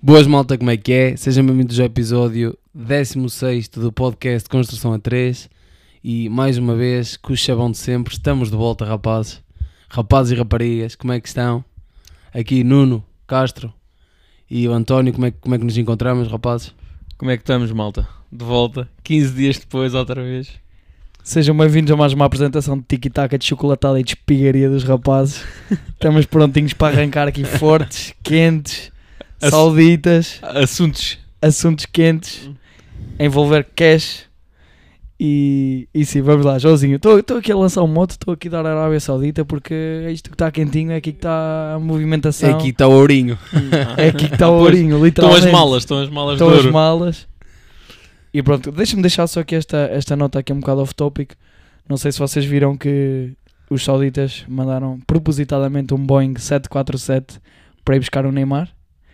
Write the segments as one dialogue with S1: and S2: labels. S1: Boas malta, como é que é? Sejam bem-vindos ao episódio 16 do podcast Construção a 3 e mais uma vez, com o chabão de sempre, estamos de volta rapazes, rapazes e raparigas, como é que estão? Aqui Nuno, Castro e o António, como é, que- como é que nos encontramos rapazes?
S2: Como é que estamos, malta? De volta, 15 dias depois, outra vez.
S3: Sejam bem-vindos a mais uma apresentação de Tiki Taka de chocolatada e de espigaria dos rapazes. Estamos prontinhos para arrancar aqui fortes, quentes,
S2: Ass-
S3: sauditas,
S2: Assuntos.
S3: assuntos quentes, envolver cash e, e sim, vamos lá, Joãozinho. Estou aqui a lançar um moto, estou aqui da Arábia Saudita porque é isto que está quentinho, é aqui que está a movimentação,
S1: Aqui está o Ourinho.
S3: é aqui que está
S2: Ah,
S3: o
S2: pois.
S3: ourinho,
S2: Estão
S3: literalmente.
S2: as malas, estão as malas
S3: Estão
S2: de
S3: Então, as
S2: ouro.
S3: malas. E pronto, deixa-me deixar só aqui esta, esta nota aqui um bocado off-topic. Não sei se vocês viram que os sauditas mandaram propositadamente um Boeing 747 para ir buscar o Neymar.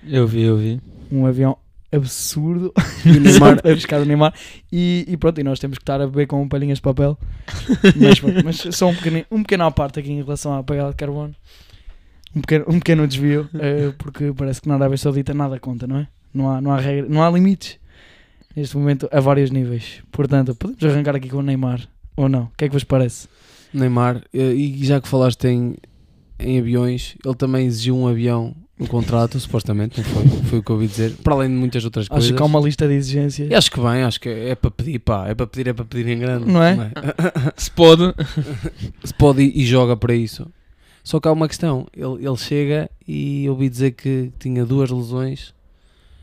S2: Eu vi, eu vi.
S3: Um avião absurdo
S1: E o
S3: só
S1: Neymar,
S3: para buscar o Neymar. E, e pronto, e nós temos que estar a beber com palhinhas de papel. mas, pronto, mas só um pequeno, um pequeno à parte aqui em relação à apagada de carbono. Um pequeno, um pequeno desvio, eh, porque parece que na Arábia Saudita nada conta, não é? Não há, não há regra, não há limites neste momento a vários níveis. Portanto, podemos arrancar aqui com o Neymar ou não? O que é que vos parece?
S1: Neymar, eh, e já que falaste em, em aviões, ele também exigiu um avião no contrato, supostamente, não foi, foi o que eu ouvi dizer, para além de muitas outras coisas.
S3: Acho que há uma lista de exigências.
S1: E acho que bem, acho que é para pedir, pá, é para pedir, é para pedir em grande.
S3: Não é?
S2: Se pode.
S1: Se pode e e joga para isso. Só que há uma questão, ele, ele chega e eu ouvi dizer que tinha duas lesões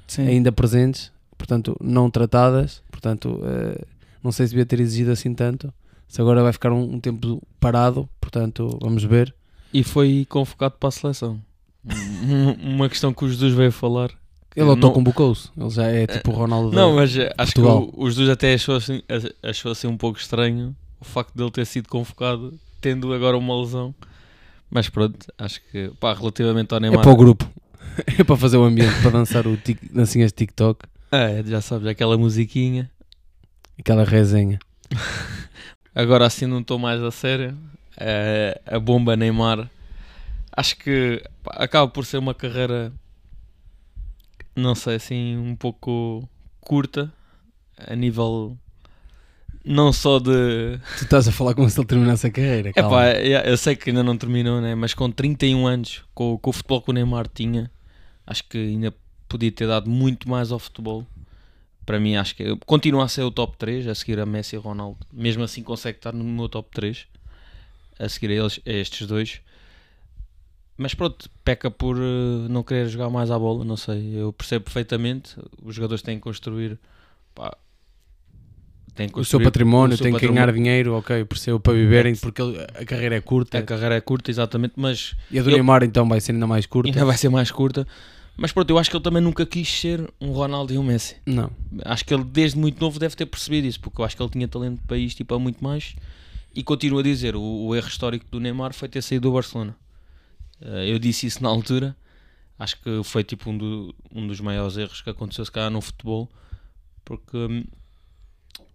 S3: Sim.
S1: ainda presentes, portanto, não tratadas, portanto, eh, não sei se devia ter exigido assim tanto. Se agora vai ficar um, um tempo parado, portanto, vamos ver.
S2: E foi convocado para a seleção. Um- Uma questão que o Jesus veio falar.
S1: Ele
S2: Eu
S1: auto
S2: não-
S1: convocou-se, ele já é tipo o Ronaldo. da-
S2: Não, mas eh, acho
S1: Portugal.
S2: que o, o Jesus até achou assim, ach- achou assim um pouco estranho o facto dele ter sido convocado, tendo agora uma lesão. Mas pronto, acho que, pá, relativamente ao
S1: é
S2: Neymar.
S1: para o grupo. É para fazer o ambiente, para dançar o tic, dancinhas de TikTok,
S2: É, já sabes, aquela musiquinha.
S1: aquela resenha.
S2: Agora assim não estou mais a sério. Eh, a bomba Neymar. Acho que pá, acaba por ser uma carreira, não sei, assim, um pouco curta a nível não só de.
S1: Tu estás a falar como se ele terminasse a carreira,
S2: É
S1: calma.
S2: eu sei que ainda não terminou, né? mas com 31 anos, com, o- com o futebol que o Neymar tinha, acho que ainda podia ter dado muito mais ao futebol. Para mim, acho que continua a ser o top 3, a seguir a Messi e Ronaldo. Mesmo assim, consegue estar no meu top 3, a seguir a, eles, a estes dois. Mas pronto, peca por eh, não querer jogar mais à bola, não sei. Eu percebo perfeitamente. Os jogadores têm que construir. pá, têm que
S1: o seu
S2: construir
S1: património,
S2: o seu
S1: tem que ganhar
S2: património.
S1: dinheiro, ok, por ser para viverem, porque ele- a carreira é curta
S2: A carreira é curta, exatamente, mas
S1: e a do
S2: eu-
S1: Neymar então vai ser ainda mais curta.
S2: ainda vai ser mais curta. Mas pronto, eu acho que ele também nunca quis ser um Ronaldo e um Messi.
S1: Não,
S2: Acho que ele desde muito novo deve ter percebido isso, porque eu acho que ele tinha talento para isto e para muito mais. E continuo a dizer, o, o erro histórico do Neymar foi ter saído do Barcelona. Eh, eu disse isso na altura, acho que foi tipo um, do- um dos maiores erros que aconteceu se calhar no futebol, porque hum,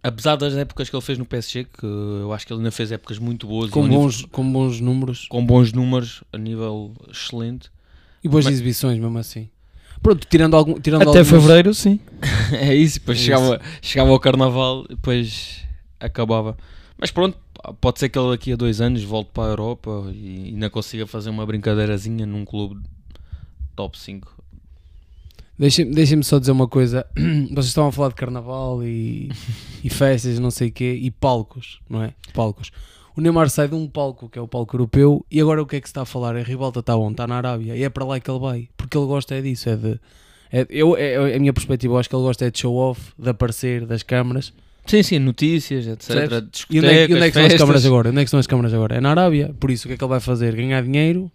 S2: apesar das épocas que ele fez no PSG, que eu acho que ele ainda fez épocas muito boas e
S1: com
S2: um nível-
S1: bons, com bons números
S2: com bons números, a nível excelente,
S1: e boas
S2: Mas-
S1: exibições mesmo assim. Pronto, tirando algum, tirando
S3: Até
S1: algumas-
S3: fevereiro, sim.
S2: É isso, depois
S1: É
S2: chegava, chegava ao carnaval, depois acabava. Mas pronto, pá, pode ser que ele daqui a dois anos volte para a Europa e ainda consiga fazer uma brincadeirazinha num clube top 5.
S1: Deixem-me deixem-me só dizer uma coisa. Vocês estavam a falar de carnaval e, e festas, não sei o quê, e palcos, não é? Palcos. O Neymar sai de um palco, que é o palco europeu, e agora o que é que se está a falar? A ribalta está onde? Está na Arábia, e é para lá que ele vai, porque ele gosta é disso, é de... é- eu, é, é a minha perspectiva, eu acho que ele gosta é de show-off, de aparecer, das câmaras.
S2: Sim, sim, notícias, etc.
S1: Percebes? E onde, é, que- e onde é que estão as
S2: festas.
S1: câmaras agora? Onde é que estão as câmaras agora? É na Arábia. Por isso, o que é que ele vai fazer? Ganhar dinheiro,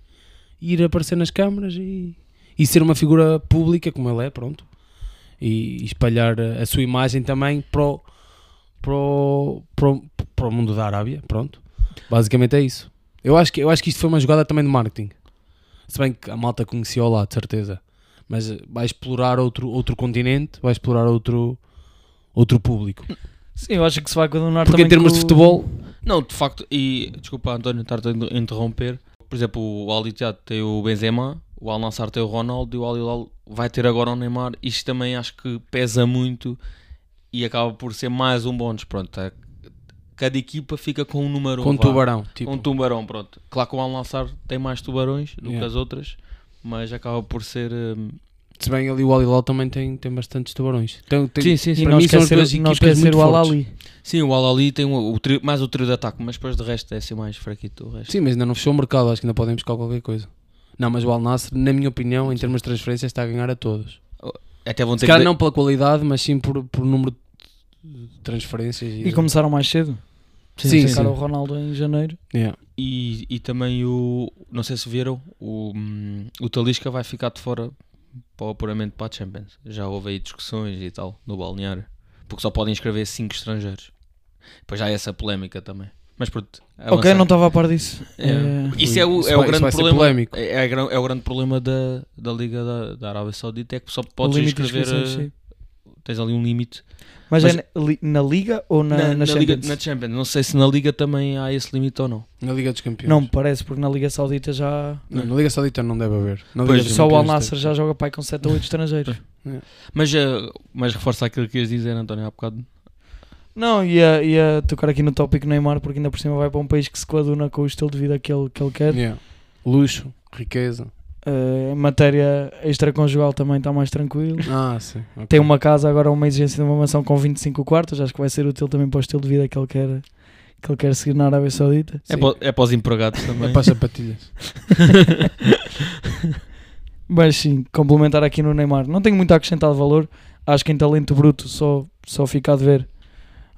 S1: ir aparecer nas câmaras e, e ser uma figura pública, como ele é, pronto. E espalhar a a sua imagem também para o, para o, para o- para o mundo da Arábia, pronto. Basicamente é isso. Eu acho, que, eu acho que isto foi uma jogada também de marketing. Se bem que a malta conheceu lá, de certeza. Mas eh, vai explorar outro, outro continente, vai explorar outro, outro público.
S3: Sim, eu acho que se vai condenar
S1: Porque em termos de futebol,
S2: Não, de facto, e desculpa António estar-te a in- interromper. Por exemplo, o Al Ittihad tem o Benzema, o Al Nassr tem o Ronaldo e o Al Hilal vai ter agora o Neymar, isto também acho que pesa muito e acaba por ser mais um bónus. Pronto, a- cada equipa fica com um número.
S1: Com
S2: vá.
S1: tubarão. Tipo,
S2: Com um tubarão, pronto. Claro que o Al-Nassr tem mais tubarões do que
S1: Yeah.
S2: as outras, mas acaba por ser... hum,
S1: Se bem ali o Al-Hilal também tem, tem bastantes tubarões. Tem, tem,
S2: Sim, sim,
S3: E
S2: sim.
S1: para
S3: não
S1: mim são as
S3: esquecer,
S1: duas
S3: não
S1: equipas
S3: esquecer
S1: muito
S3: o
S1: fortes.
S3: Alali.
S2: Sim, o Al-Ali tem o, o trio- mais o trio de ataque, mas depois de resto é assim mais fraquito o resto.
S1: Sim, mas ainda não fechou o mercado, acho que ainda podem buscar qualquer coisa. Não, mas o Al Nassr, na minha opinião, em termos de transferências, está a ganhar a todos.
S2: Até vão
S1: Se
S2: ter que
S1: calhar
S2: de-
S1: não pela qualidade, mas sim por, por número de transferências.
S3: E começaram mais cedo.
S1: Sim,
S3: Sacaram
S1: sim.
S3: o Ronaldo em janeiro.
S1: Yeah.
S2: E, e também o. Não sei se viram, o, hum, o Talisca vai ficar de fora para, o puramente para a Champions. Já houve aí discussões e tal no balneário. Porque só podem inscrever 5 estrangeiros. Depois já há essa polémica também. Mas pronto.
S1: É
S3: Ok,
S2: avançando.
S3: não estava a par disso.
S2: É.
S3: Eh,
S2: Isso é o,
S1: Isso
S2: é
S1: vai- isso
S2: o grande
S1: vai ser
S2: problema.
S1: polémico.
S2: É, a gran- é o grande problema da, da Liga da, da Arábia Saudita é que só podes
S3: o limite de
S2: inscrever.
S3: inscrições,
S2: eh,
S3: sim.
S2: Tens ali um limite.
S3: Mas,
S2: mas-
S3: é na, li- na Liga ou na, na, Champions?
S2: Liga, na Champions. Não sei se na Liga também há esse limite ou não.
S1: Na Liga dos Campeões.
S3: Não me parece, porque na Liga Saudita já.
S1: Não, na Liga Saudita não deve haver. Na Liga
S2: Pois,
S1: dos
S3: Só o Al
S1: Campeões
S3: Nassr
S1: deve.
S3: já joga pai com 7 ou 8 estrangeiros.
S2: Mas, eh, mas reforça aquilo que ias dizer, António, há bocado.
S3: Não, ia, ia tocar aqui no tópico Neymar, porque ainda por cima vai para um país que se coaduna com o estilo de vida que ele, que ele quer.
S1: Yeah. Luxo, riqueza.
S3: Eh, em matéria extraconjugal também está mais tranquilo.
S1: Ah, sim. ok.
S3: Tem uma casa agora, uma exigência de uma mansão com 25 quartos, acho que vai ser útil também para o estilo de vida que ele quer, que ele quer seguir na Arábia Saudita.
S2: É
S1: Sim.
S2: para, é para os empregados também.
S1: É para as sapatilhas.
S3: Mas sim, complementar aqui no Neymar. Não tenho muito a acrescentar de valor. Acho que em talento bruto só, só fica a dever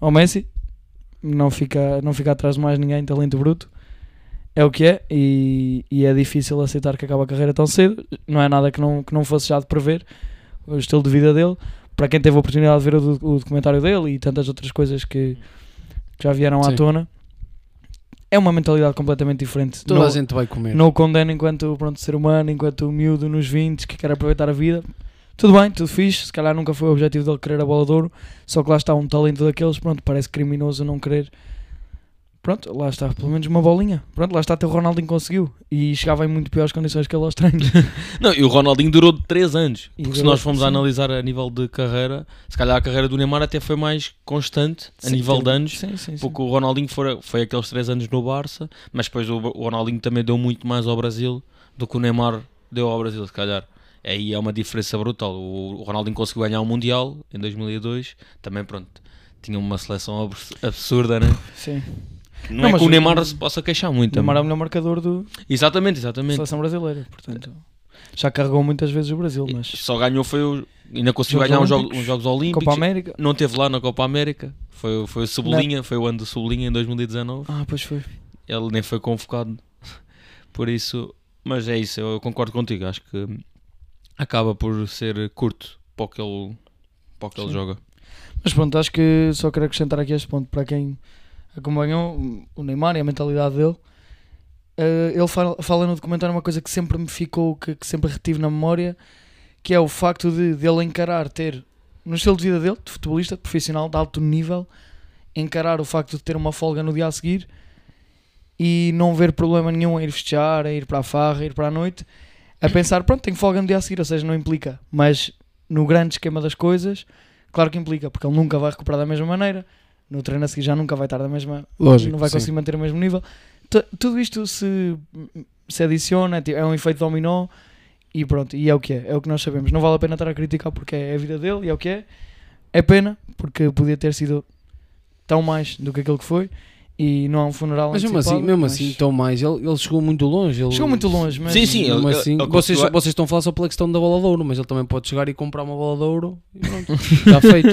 S3: ao Messi. Não fica, não fica atrás de mais ninguém em talento bruto. É o que é e, e é difícil aceitar que acaba a carreira tão cedo. Não é nada que não, que não fosse já de prever o estilo de vida dele. Para quem teve a oportunidade de ver o, do- o documentário dele e tantas outras coisas que, que já vieram à
S1: Sim.
S3: tona, é uma mentalidade completamente diferente.
S1: Toda
S3: Não-
S1: a gente vai comer.
S3: não o condeno enquanto pronto, ser humano, enquanto miúdo nos 20 que quer aproveitar a vida. Tudo bem, tudo fixe. Se calhar nunca foi o objetivo dele querer a bola de ouro. Só que lá está um talento daqueles, pronto, parece criminoso não querer. Pronto, lá está, pelo menos uma bolinha. Pronto, lá está, até o Ronaldinho conseguiu. E chegava em muito piores condições que ele aos treinos.
S2: Não, e o Ronaldinho durou 3 anos.
S3: E
S2: Porque se
S3: durou,
S2: nós formos a
S3: sim.
S2: analisar a nível de carreira, se calhar a carreira do Neymar até foi mais constante a nível de anos.
S3: Sim, sim, sim.
S2: Porque o Ronaldinho fora, foi aqueles 3 anos no Barça, mas depois o, o Ronaldinho também deu muito mais ao Brasil do que o Neymar deu ao Brasil, se calhar. Aí é uma diferença brutal. O, o Ronaldinho conseguiu ganhar o Mundial em 2002, também pronto. Tinha uma seleção abs- absurda, né?
S3: sim.
S2: Não,
S3: Não,
S2: é
S3: mas
S2: que o
S3: o-
S2: Neymar se possa queixar muito.
S3: Neymar é o
S2: também.
S3: melhor marcador do-
S2: Então, Exatamente,
S3: da
S2: exatamente.
S3: seleção brasileira. Portanto, já carregou muitas vezes o Brasil,
S2: E
S3: mas.
S2: Só ganhou foi o. Ainda conseguiu
S3: Jogos
S2: ganhar uns jogos,
S3: Olímpicos,
S2: uns jogos Olímpicos.
S3: Copa América.
S2: Não teve lá na Copa América. Foi, foi o Sublinha, foi o ano do Sublinha em 2019.
S3: Ah, pois foi.
S2: Ele nem foi convocado. Por isso. Mas é isso, eu concordo contigo. Acho que acaba por ser curto para o que ele, para o que ele
S3: Sim.
S2: joga.
S3: Mas pronto, acho que só quero acrescentar aqui este ponto para quem acompanhou o Neymar e a mentalidade dele. Eh, ele fala, fala no documentário uma coisa que sempre me ficou, que, que sempre retive na memória, que é o facto de dele encarar ter, no estilo de vida dele, de futebolista, de profissional, de alto nível, encarar o facto de ter uma folga no dia a seguir e não ver problema nenhum em ir festejar, a ir para a farra, a ir para a noite, a pensar, pronto, tenho folga no dia a seguir, ou seja, não implica. Mas no grande esquema das coisas, claro que implica, porque ele nunca vai recuperar da mesma maneira, no treino a seguir já nunca vai estar da mesma,
S1: Lógico.
S3: não vai
S1: sim.
S3: conseguir manter o mesmo nível. Tu- Tudo isto se, se adiciona, ti- é um efeito dominó e pronto, e é o que é, é o que nós sabemos. Não vale a pena estar a criticar porque é a vida dele e é o que é. É pena, porque podia ter sido tão mais do que aquilo que foi e não há um funeral
S1: Mas mesmo assim,
S3: antecipado,
S1: mesmo
S3: mas
S1: assim, tão mais. Ele, ele chegou muito longe. ele-
S3: Chegou muito longe, mas
S2: Sim, sim, ele-
S1: mesmo
S2: ele-
S1: assim,
S2: ele
S1: vocês,
S2: continua-
S1: vocês estão a falar só pela questão da bola de ouro, mas ele também pode chegar e comprar uma bola de ouro e pronto, está feito.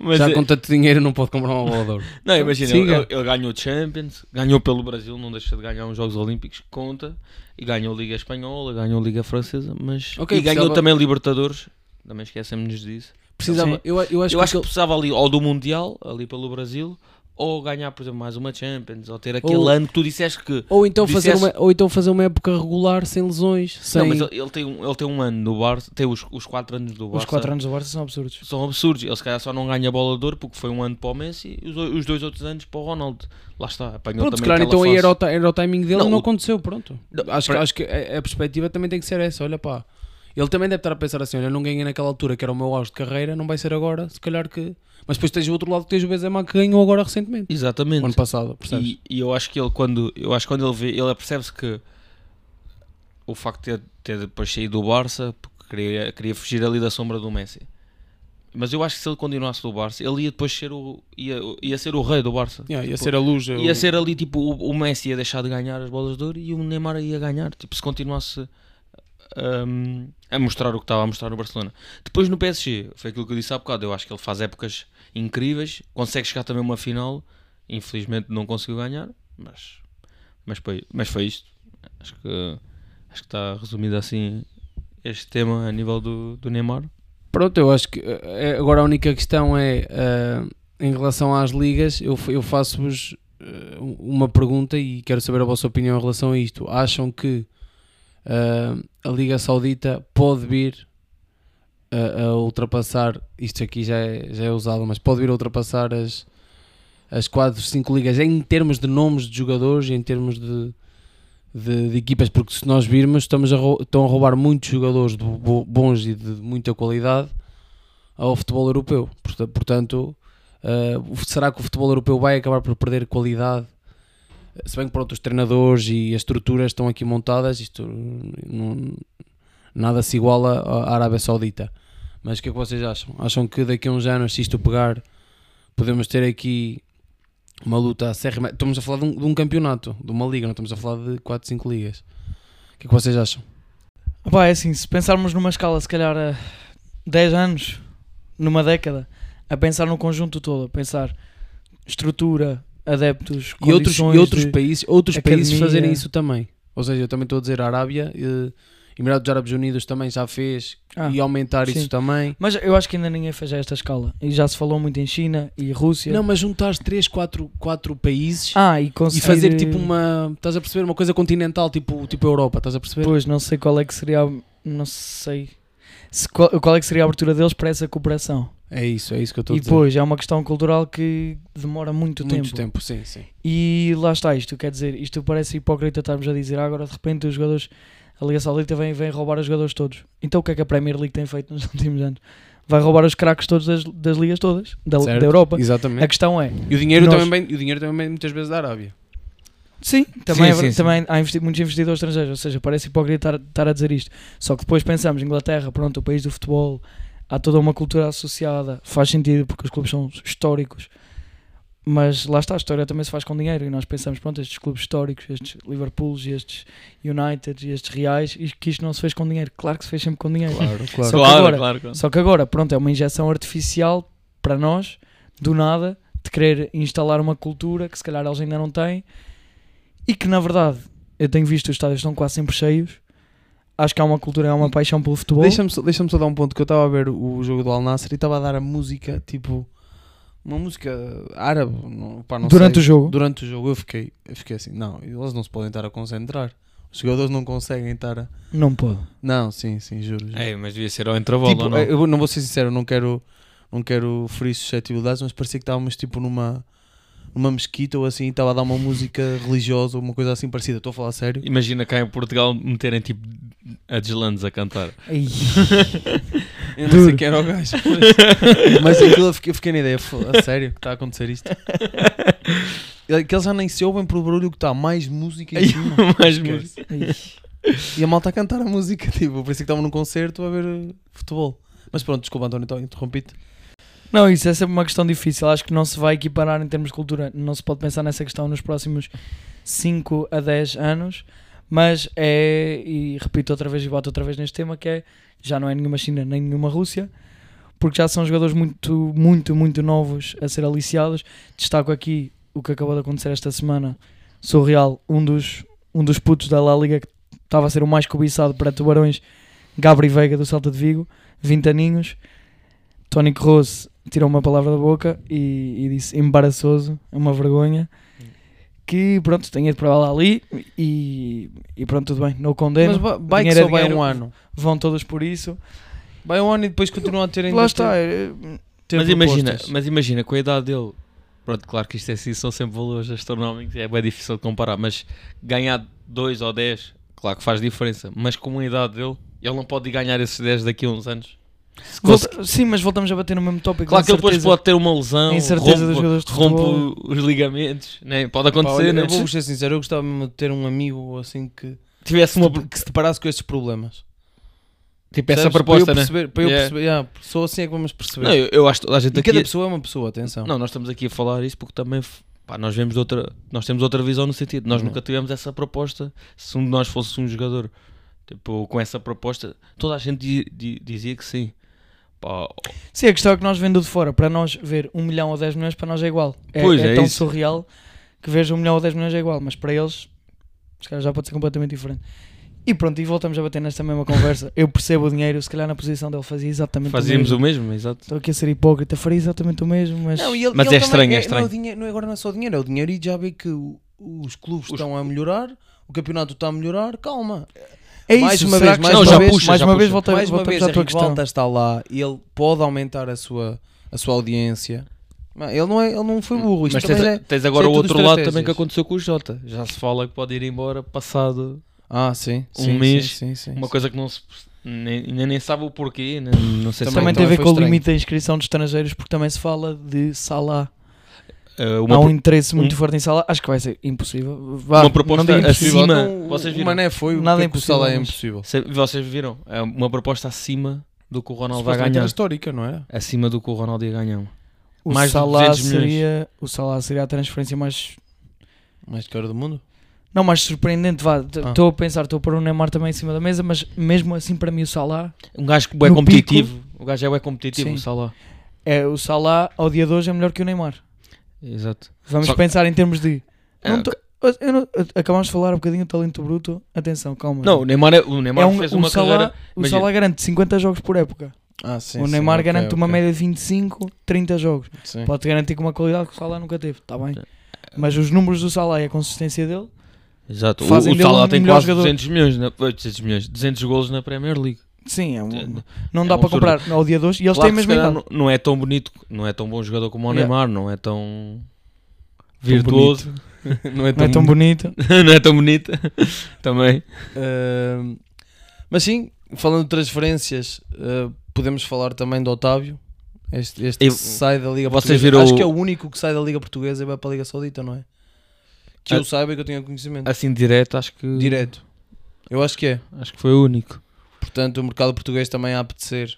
S2: Mas
S1: Já
S2: é-
S1: com tanto dinheiro não pode comprar uma bola de ouro.
S2: Não, imagina, ele,
S1: Siga.
S2: ele- ele ganhou Champions, ganhou pelo Brasil, não deixa de ganhar uns Jogos Olímpicos, conta, e ganhou Liga Espanhola, ganhou Liga Francesa, mas
S1: Ok,
S2: e ganhou
S1: precisava-
S2: também Libertadores, também esquecemos-nos disso.
S1: Precisava,
S3: Sim.
S1: eu, eu acho
S2: Eu
S1: que
S2: acho que
S1: aquele-
S2: precisava ali ou do Mundial, ali pelo Brasil, ou ganhar, por exemplo, mais uma Champions, ou ter aquele
S1: Ou-
S2: ano que tu disseste que.
S1: ou, então fazer
S2: dissesse-
S1: uma, ou então fazer uma época regular sem lesões, sem
S2: Não, mas ele, ele tem, um- ele tem um ano no Barça, tem os, os quatro anos do
S3: os
S2: Barça.
S3: 4 anos do Barça são absurdos.
S2: São absurdos. Ele se calhar só não ganha bola de ouro porque foi um ano para o Messi e os, o- os dois outros anos para o Ronaldo. Lá está, apanhou
S1: Pronto, se
S2: também
S1: calhar
S2: aquela
S1: então aí era
S2: fase.
S1: o, ti- era o timing dele
S2: Não,
S1: e não
S2: o-
S1: aconteceu, pronto.
S2: Não,
S1: acho, que-
S2: para-
S1: acho que a, a perspectiva também tem que ser essa, olha pá. Ele também deve estar a pensar assim: olha, não ganhei naquela altura que era o meu auge de carreira, não vai ser agora, se calhar que. Mas depois tens o outro lado que tens o Benzema que ganhou agora recentemente,
S2: Exatamente.
S1: o ano passado, percebes?
S2: E, e eu acho que ele quando eu acho que quando ele vê, ele apercebe-se que o facto de ter, ter depois saído do Barça porque queria, queria fugir ali da sombra do Messi. Mas eu acho que se ele continuasse do Barça, ele ia depois ser o ia, ia ser o rei do Barça.
S1: Yeah, ia
S2: Tipo,
S1: ser a luz. o-
S2: Ia ser ali tipo o, o Messi ia deixar de ganhar as bolas de ouro e o Neymar ia ganhar, tipo, se continuasse hum, a mostrar o que estava a mostrar no Barcelona. Depois no PSG, foi aquilo que eu disse há bocado, eu acho que ele faz épocas incríveis, consegue chegar também a uma final, infelizmente não conseguiu ganhar, mas, mas, foi, mas foi isto. Acho que acho que está resumido assim este tema a nível do, do Neymar.
S1: Pronto, eu acho que eh, agora a única questão é eh, em relação às ligas, eu, fa- eu faço-vos eh, uma pergunta e quero saber a vossa opinião em relação a isto. Acham que eh, a Liga Saudita pode vir a, a ultrapassar, isto aqui já é, já é usado, mas pode vir a ultrapassar as, as 4, 5 ligas em termos de nomes de jogadores e em termos de, de, de equipas, porque se nós virmos, estamos a rou- estão a roubar muitos jogadores do- bo- bons e de muita qualidade ao futebol europeu. Porta- Portanto, eh, o- será que o futebol europeu vai acabar por perder qualidade? Eh, Se bem que pronto, os treinadores e as estruturas estão aqui montadas, isto não- nada se iguala à Arábia Saudita. Mas o que é que vocês acham? Acham que daqui a uns anos, se isto pegar, podemos ter aqui uma luta acérrima? Estamos a falar de um, de um campeonato, de uma liga, não estamos a falar de 4, 5 ligas. O que é que vocês acham?
S3: Pá, é assim, se pensarmos numa escala, se calhar, a 10 anos, numa década, a pensar no conjunto todo, a pensar estrutura, adeptos,
S1: E outros, e
S3: condições
S1: outros
S3: de-
S1: países, outros países
S3: academia.
S1: fazerem isso também. Ou seja, eu também estou a dizer a Arábia, eh, Emirados Árabes Unidos também já fez
S3: Ah,
S1: e aumentar
S3: sim.
S1: isso também.
S3: Mas eu acho que ainda ninguém fez a esta escala. E já se falou muito em China e Rússia.
S1: Não, mas juntar 3, 4, quatro países
S3: ah, e
S1: e
S3: conseguir...
S1: fazer tipo uma. Estás a perceber? Uma coisa continental, tipo, tipo Europa, estás a perceber?
S3: Pois, não sei qual é que seria... a- Não sei... se qual, qual é que seria a abertura deles para essa cooperação.
S1: É isso, é isso que eu estou a
S3: E
S1: dizer.
S3: depois, é uma questão cultural que demora muito,
S1: muito
S3: tempo.
S1: tempo, sim, sim.
S3: E lá está, isto quer dizer, isto parece hipócrita estarmos a dizer "Ah, agora de repente os jogadores, a Liga Saudita vem, vem roubar os jogadores todos. Então o que é que a Premier League tem feito nos últimos anos? Vai roubar os craques todos das, das ligas todas, da,
S1: Certo,
S3: da Europa. A
S1: Exatamente.
S3: questão é,
S1: E o dinheiro,
S3: nós-
S1: também vem, o dinheiro também vem muitas vezes da Arábia.
S3: sim, também,
S2: Sim,
S3: é ver-
S2: sim, sim.
S3: também há investi- muitos investidores estrangeiros, ou seja, parece hipócrita estar, estar a dizer isto. Só que depois pensamos, Inglaterra, pronto, o país do futebol, há toda uma cultura associada, faz sentido porque os clubes são históricos. Mas lá está, a história também se faz com dinheiro e nós pensamos, pronto, estes clubes históricos, estes Liverpools, e estes United, e estes Reais, e que isto não se fez com dinheiro. Claro que se fez sempre com dinheiro.
S1: Claro,
S3: Só
S1: claro.
S3: que agora-
S2: claro, claro.
S3: Só que agora, pronto, é uma injeção artificial para nós, do nada, de querer instalar uma cultura que se calhar eles ainda não têm e que na verdade eu tenho visto os estádios estão quase sempre cheios. Acho que há uma cultura, há uma paixão pelo futebol.
S1: Deixa-me só, deixa só dar um ponto que eu estava a ver o jogo do Al Nassr e estava a dar a música, tipo, uma música árabe, não, pá, não
S3: durante
S1: sei.
S3: o jogo.
S1: Durante o jogo eu fiquei, eu fiquei assim, não, eles não se podem estar a concentrar. Os jogadores não conseguem estar a...
S3: Não pode.
S1: Não, sim, sim, juro. juro.
S2: É, mas devia ser ao intervalo
S1: tipo,
S2: ou não?
S1: Eu não vou ser sincero, não quero, não quero ferir suscetibilidades, mas parecia que estávamos tipo numa, numa mesquita ou assim, e estava a dar uma música religiosa ou uma coisa assim parecida. Estou a falar sério.
S2: Imagina cá em Portugal meterem tipo a Deslandes a cantar.
S3: Ai,
S1: Eu
S3: Duro.
S1: não sei quem era o gajo. mas- Mas aquilo eu fiquei, eu fiquei na ideia. "Fo- A sério que está a acontecer isto? E Que eles já nem se ouvem pelo barulho que está. Mais música em cima.
S2: Mais
S1: Esquece.
S3: ai.
S1: E a malta a cantar a música. Tipo, parecia que estavam num concerto a ver uh, futebol. Mas pronto, desculpa António, então interrompi-te.
S3: Não, isso é sempre uma questão difícil. Acho que não se vai equiparar em termos de cultura. Não se pode pensar nessa questão nos próximos 5 a 10 anos. Mas é, e repito outra vez e boto outra vez neste tema, que é já não é nenhuma China nem nenhuma Rússia, porque já são jogadores muito, muito, muito novos a ser aliciados. Destaco aqui o que acabou de acontecer esta semana. Sou Real, um dos, um dos putos da La Liga que estava a ser o mais cobiçado para Tubarões, Gabri Veiga do Salta de Vigo, 20 aninhos. Tony Rose tirou uma palavra da boca e, e disse embaraçoso, é uma vergonha. Que pronto, tenha ido para lá ali e, e pronto, tudo bem, não o condeno.
S1: Mas ba- vai que
S3: dinheiro é
S1: só vai
S3: dinheiro.
S1: um ano.
S3: Vão todos por isso.
S1: Vai um ano e depois continuam a ter ainda.
S3: Lá está.
S1: ter-
S3: eh,
S1: ter
S2: mas, imagina,
S1: propostas.
S2: mas imagina, com a idade dele, pronto, claro que isto é assim, são sempre valores astronómicos, é bem difícil de comparar, mas ganhar 2 ou 10, claro que faz diferença, mas com a idade dele, Ele não pode ganhar esses 10 daqui a uns anos. Se
S3: Volta-
S2: conseguir-
S3: Sim, mas voltamos a bater no mesmo tópico.
S2: Claro que ele depois
S3: incerteza.
S2: pode ter uma lesão,
S3: a incerteza dos jogadores
S2: rompe,
S3: de
S2: rompe os ligamentos, né? pode
S3: é
S2: acontecer, né?
S1: eu vou ser sincero, eu gostava mesmo de ter um amigo assim que,
S2: tivesse uma
S1: que se deparasse com estes problemas.
S2: tipo essa
S1: Percebes?
S2: proposta,
S1: para eu
S2: né?
S1: perceber, para eu
S2: Yeah.
S1: perceber, yeah, só assim é que vamos perceber.
S2: Não, eu, eu acho que toda a gente
S1: e cada
S2: aqui.
S1: pessoa é uma pessoa, atenção.
S2: Não, nós estamos aqui a falar isso porque também f- pá, nós vemos outra, nós temos outra visão no sentido. Nós
S1: Não.
S2: nunca tivemos essa proposta. Se um de nós fosse um jogador, tipo, com essa proposta, toda a gente di- di- dizia que sim. Pá,
S3: Sim, a questão é que nós vendo de fora, para nós ver 1 milhão ou 10 milhões, para nós é igual. É,
S2: Pois,
S3: é
S2: é
S3: tão
S2: isso.
S3: surreal que vejo 1 milhão ou 10 milhões é igual, mas para eles, os caras já pode ser completamente diferente. E pronto, e voltamos a bater nesta mesma conversa. Eu percebo o dinheiro, se calhar na posição dele fazia exatamente
S2: fazíamos
S1: é.
S3: o mesmo.
S2: o mesmo, exato.
S3: Estou aqui a ser hipócrita, faria exatamente o mesmo, mas.
S1: Não, e ele-
S2: Mas
S1: ele
S2: é estranho,
S1: também-
S2: é estranho.
S1: não, o dinheiro- não, agora não é só o dinheiro, é o dinheiro e já vê que o- os clubes estão a melhorar, o campeonato está a melhorar, calma.
S3: é
S1: mais
S3: isso,
S1: uma
S3: será
S1: vez,
S3: que
S1: mais
S3: mais
S1: uma
S3: uma
S1: vez,
S3: vez,
S2: puxa,
S3: mais
S2: já
S3: uma vez
S2: puxa.
S3: volta-
S1: Mais uma
S3: voltamos
S1: vez
S3: à
S1: a
S3: tua questão.
S1: revolta está lá, ele pode aumentar a sua, a sua audiência. Mas Ele não, é, ele não foi burro, isto
S2: Hum, Mas
S1: também
S2: tens,
S1: é...
S2: tens agora
S1: isso
S2: o
S1: tudo
S2: outro lado
S1: estratégias.
S2: também que aconteceu com o Jota. Já se fala que pode ir embora passado
S1: Ah, sim,
S2: Um
S1: sim, sim,
S2: mês,
S1: sim, sim,
S2: uma
S1: sim.
S2: coisa que não se nem, ainda nem sabe o porquê, né? não sei se
S1: Também
S3: Também,
S1: então
S3: tem a ver
S1: foi
S3: com o
S1: estranho.
S3: limite da inscrição dos estrangeiros, porque também se fala de Salah.
S1: é
S2: Eh,
S3: Há
S2: uma,
S3: um interesse muito
S2: um-
S3: forte em Salah. Acho que vai ser impossível. Vá,
S2: Uma proposta
S3: não digo
S2: assim-
S3: impossível.
S2: acima,
S1: Então, o-
S2: vocês
S1: o
S2: viram?
S1: Mané foi,
S3: Nada
S1: Nada
S3: é
S1: é
S3: impossível,
S1: é
S3: mas-
S1: impossível.
S2: se- vocês viram? É uma proposta acima do que o Ronaldo vai
S1: Supostamente
S2: ganhar.
S1: era histórica, não é? era?
S2: Acima do que o Ronaldo ia ganhar.
S3: O
S2: Mais de
S3: Salah
S2: 200 milhões.
S3: seria, o Salah seria a transferência mais
S1: Mais cara do mundo?
S3: não mais surpreendente, vá.
S1: Ah.
S3: Estou a pensar, estou a pôr o Neymar também em cima da mesa, mas mesmo assim para mim o Salah
S2: Um gajo que é
S3: No
S2: competitivo. O gajo é bué competitivo,
S3: Sim.
S2: o Salah.
S3: é o Salah ao dia de hoje é melhor que o Neymar.
S2: Exato.
S3: Vamos
S2: Só que-
S3: pensar em termos de
S2: É,
S3: não tô- eu não- acabamos de falar um bocadinho do talento bruto. Atenção, calma.
S2: Não, o Neymar, é- o Neymar
S3: é um,
S2: fez
S3: o
S2: uma
S3: Salah,
S2: carreira.
S3: o
S2: imagina.
S3: Salah garante 50 jogos por época.
S1: Ah, sim.
S3: o
S1: sim,
S3: Neymar
S1: ok,
S3: garante uma
S1: ok.
S3: média de 25, 30 jogos.
S1: Sim.
S3: Pode garantir com uma qualidade que o Salah nunca teve, está bem. Mas os números do Salah e a consistência dele
S2: Exato. O,
S3: fazem
S2: o
S3: dele um
S2: Salah tem
S3: melhor
S2: quase
S3: jogador.
S2: 200 milhões, na, eh, 200 milhões, 200 golos na Premier League.
S3: Sim, é um-
S2: É,
S3: não
S2: é
S3: dá
S2: um
S3: para
S2: absurdo.
S3: comprar ao dia de hoje. E eles
S2: Claro
S3: têm
S2: que se
S3: mesmo
S2: calhar
S3: idade.
S2: não, não é tão bonito, não é tão bom jogador como o
S3: Yeah.
S2: Neymar, não é tão virtuoso,
S1: não é
S3: Não é
S2: Hum.
S3: tão bonito.
S2: não é tão bonito também.
S1: Ahm, mas sim, falando de transferências, ah, podemos falar também do Otávio. Este, este
S2: Eu-
S1: que sai da Liga
S2: vocês
S1: Portuguesa.
S2: viram
S1: Acho
S2: o-
S1: que é o único que sai da Liga Portuguesa e vai para a Liga Saudita, não é? Que
S2: Ah.
S1: eu saiba e que eu tenha conhecimento.
S2: Assim direto, acho que
S1: Direto. Eu acho que é.
S2: acho que foi o único.
S1: Portanto, o mercado português também há a apetecer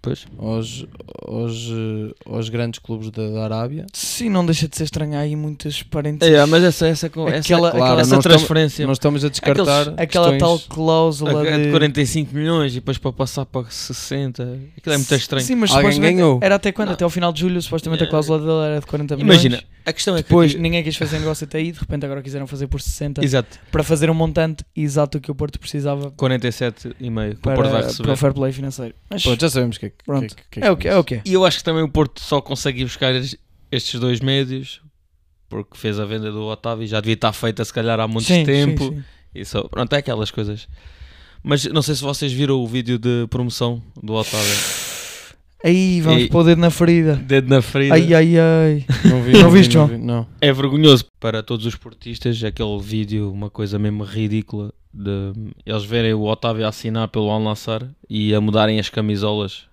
S2: Pois.
S1: aos, aos, eh, aos grandes clubes da, da Arábia. Sim,
S3: E não deixa de ser estranho há aí muitas parentes.
S2: É, mas essa essa com- essa,
S3: Aquela-
S1: claro,
S2: essa
S1: nós
S2: transferência
S1: Nós estamos a descartar
S3: Aquela tal
S1: questões-
S3: cláusula
S2: a- a é- de
S3: de...
S2: 45 milhões e depois para passar para 60, aquilo é muito estranho.
S3: Sim, mas
S1: Alguém
S3: supostamente
S1: ganhou.
S3: era até quando?
S2: Não.
S3: Até ao final de julho, supostamente a
S2: É.
S3: cláusula dele era de 40 milhões.
S2: Imagina, a questão é que
S3: Depois ninguém quis fazer negócio até aí, de repente agora quiseram fazer por 60
S2: Exato,
S3: para fazer um montante exato que o Porto precisava
S2: 47,5 que o
S3: para,
S2: Porto vai
S3: para o
S2: receber.
S3: fair play financeiro. Mas
S1: Pronto, já sabemos o que é que-
S3: Pronto.
S1: que- que
S3: é o que é. o que é.
S2: E eu acho que também o Porto só consegue ir buscar es- estes dois médios porque fez a venda do Otávio e já devia estar feita se calhar há muito
S3: Sim, sim,
S2: tempo.
S3: sim.
S2: E só, pronto, é aquelas coisas. Mas não sei se vocês viram o vídeo de promoção do Otávio.
S3: Aí vamos
S2: E-
S3: pôr o dedo na ferida.
S2: Dedo na ferida.
S3: Ai, ai, ai.
S1: Não vi,
S3: Não
S1: não vi,
S3: viste,
S1: não
S3: João?
S1: vi, não.
S2: É vergonhoso para todos os portistas aquele vídeo, uma coisa mesmo ridícula de eles verem o Otávio a assinar pelo Al Nassr e a mudarem as camisolas.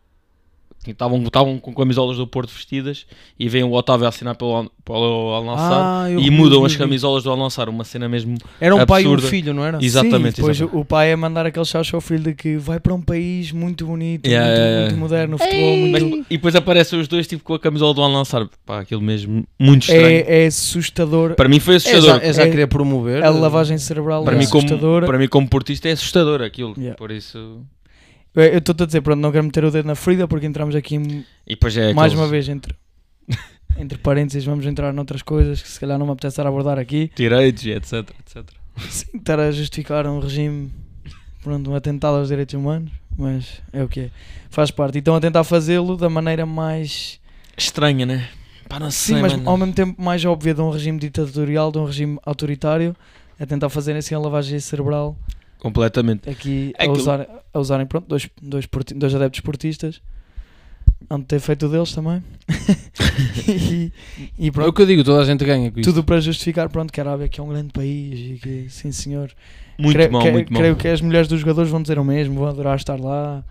S2: Que Estavam, estavam com camisolas do Porto vestidas e veem o Otávio a assinar pelo, Al- pelo Al Nassr
S1: Ah, eu
S2: e
S1: vi,
S2: mudam
S1: vi,
S2: as
S1: vi.
S2: camisolas do Al Nassr, uma cena mesmo.
S1: Era um pai e um
S2: absurda.
S1: filho, não era?
S2: Exatamente,
S3: Sim, depois
S2: exatamente.
S3: o pai a mandar aquele chá ao filho de que vai para um país muito bonito,
S2: Yeah,
S3: muito,
S2: yeah, yeah.
S3: muito moderno, futebol
S2: Mas-
S3: muito...
S2: e depois aparecem os dois tipo com a camisola do Al Nassr, pá, aquilo mesmo muito estranho.
S3: É, é assustador.
S2: Para mim foi
S1: É
S2: assustador.
S1: já, é já
S3: É-
S1: queria promover.
S3: A lavagem cerebral
S2: Para
S3: é
S2: mim, como,
S3: assustadora.
S2: para mim, como portista, é assustador aquilo.
S3: Yeah.
S2: Por isso.
S3: Eu- Eu estou a dizer, pronto, não quero meter o dedo na ferida porque entramos aqui em-
S2: E depois é
S3: mais
S2: aqueles-
S3: uma vez entre... Entre parênteses, vamos entrar noutras coisas que se calhar não me apetece estar a abordar aqui.
S2: direitos e etc, etc.
S3: Sim, estar a justificar um regime, pronto, um atentado aos direitos humanos, mas é o que é. Faz parte. E estão a tentar fazê-lo da maneira mais.
S2: Estranha, né? Pá, não
S3: Sim,
S2: sei,
S3: mas
S2: mano.
S3: ao mesmo tempo mais óbvia de um regime ditatorial, de um regime autoritário, a tentar fazer assim a lavagem cerebral,
S2: Completamente.
S3: aqui a,
S2: Aquilo-
S3: usar, a usarem, pronto, dois, dois, porti- dois adeptos portistas hão de ter feito o deles também. e, e
S4: É o
S3: pronto,
S4: que eu digo, toda a gente ganha com isto.
S3: tudo para justificar, pronto, que a Arábia que é um grande país e que, sim senhor.
S2: Muito
S3: creio,
S2: mal,
S3: creio-
S2: muito mal.
S3: Creio que as mulheres dos jogadores vão dizer o mesmo, vão adorar estar lá.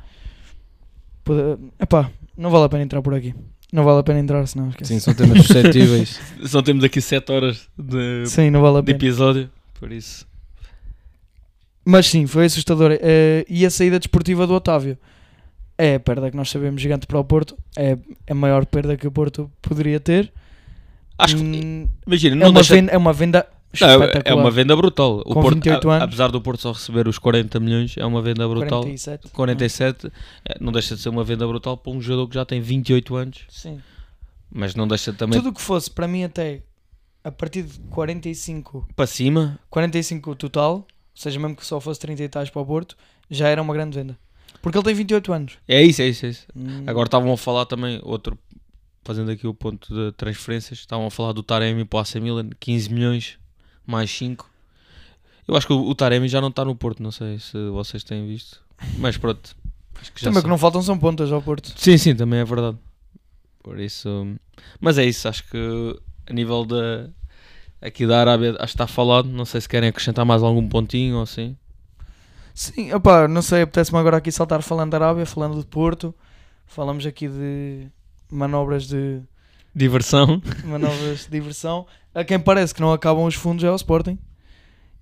S3: Pode- Epá, não vale a pena entrar por aqui. Não vale a pena entrar, senão esquece.
S4: Sim, são temas suscetíveis.
S2: Só temos aqui 7 horas de,
S3: é- Sim, não vale a
S2: de
S3: pena.
S2: episódio, por isso.
S3: Mas sim, foi assustador. Eh, e a saída desportiva do Otávio é a perda que nós sabemos gigante para o Porto. É a maior perda que o Porto poderia ter.
S2: Acho que,
S3: Hum,
S2: imagina,
S3: é,
S2: não
S3: uma
S2: deixa...
S3: venda, é uma venda
S2: Não, é-
S3: espetacular.
S2: é uma venda brutal. O
S3: Com
S2: Porto,
S3: 28
S2: a-
S3: anos.
S2: Apesar do Porto só receber os 40 milhões, é uma venda brutal.
S3: 47.
S2: 47, eh, não deixa de ser uma venda brutal para um jogador que já tem 28 anos,
S3: Sim.
S2: mas não deixa também
S3: Tudo o que fosse, para mim, até a partir de 45,
S2: para cima.
S3: 45 total, ou seja, mesmo que só fosse 30 e tais para o Porto, já era uma grande venda. Porque ele tem 28 anos.
S2: É isso, é isso, é isso.
S3: Hum,
S2: Agora estavam a falar também, outro, fazendo aqui o ponto de transferências, estavam a falar do Taremi para o AC Milan, 15 milhões, mais 5. Eu acho que o, o Taremi já não está no Porto, não sei se vocês têm visto, mas pronto. Acho que já
S3: Também o
S2: são.
S3: que não faltam são pontas ao Porto.
S2: Sim, sim, também é verdade. Por isso. Mas é isso, acho que a nível da. Aqui da Arábia, acho que está falado. Não sei se querem acrescentar mais algum pontinho ou assim.
S3: Sim, opá, não sei, apetece-me agora aqui saltar falando da Arábia, falando de Porto, falamos aqui de manobras de
S2: Diversão.
S3: manobras de diversão. A quem parece que não acabam os fundos é o Sporting.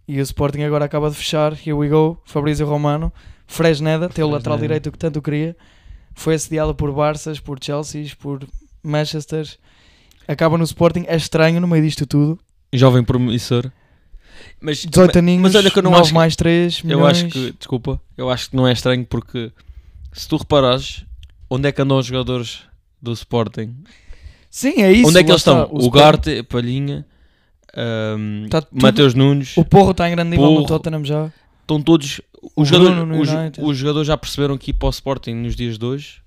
S3: E o Sporting agora acaba de fechar. Here we go. Fabrício Romano, Fresneda, teu
S2: Fresneda.
S3: lateral direito que tanto queria. Foi assediado por Barças, por Chelsea, por Manchester. Acaba no Sporting. É estranho no meio disto tudo.
S2: Jovem promissor. Mas,
S3: 18 aninhos,
S2: mas olha que eu não
S3: 9
S2: acho que-
S3: mais 3
S2: eu acho que. Desculpa, eu acho que não é estranho porque se tu reparares onde é que andam os jogadores do Sporting,
S3: Sim, é isso.
S2: onde é que
S3: lá
S2: eles estão?
S3: está,
S2: O,
S3: Sporting-
S2: Garte, Palhinha, ahm,
S3: Tá tudo-
S2: Mateus Nunes.
S3: O Porro está em grande nível no
S2: Porro.
S3: Tottenham já.
S2: estão todos.
S3: O
S2: Os jogadores,
S3: Bruno no
S2: os,
S3: United.
S2: os jogadores já perceberam que ir para o Sporting nos dias de hoje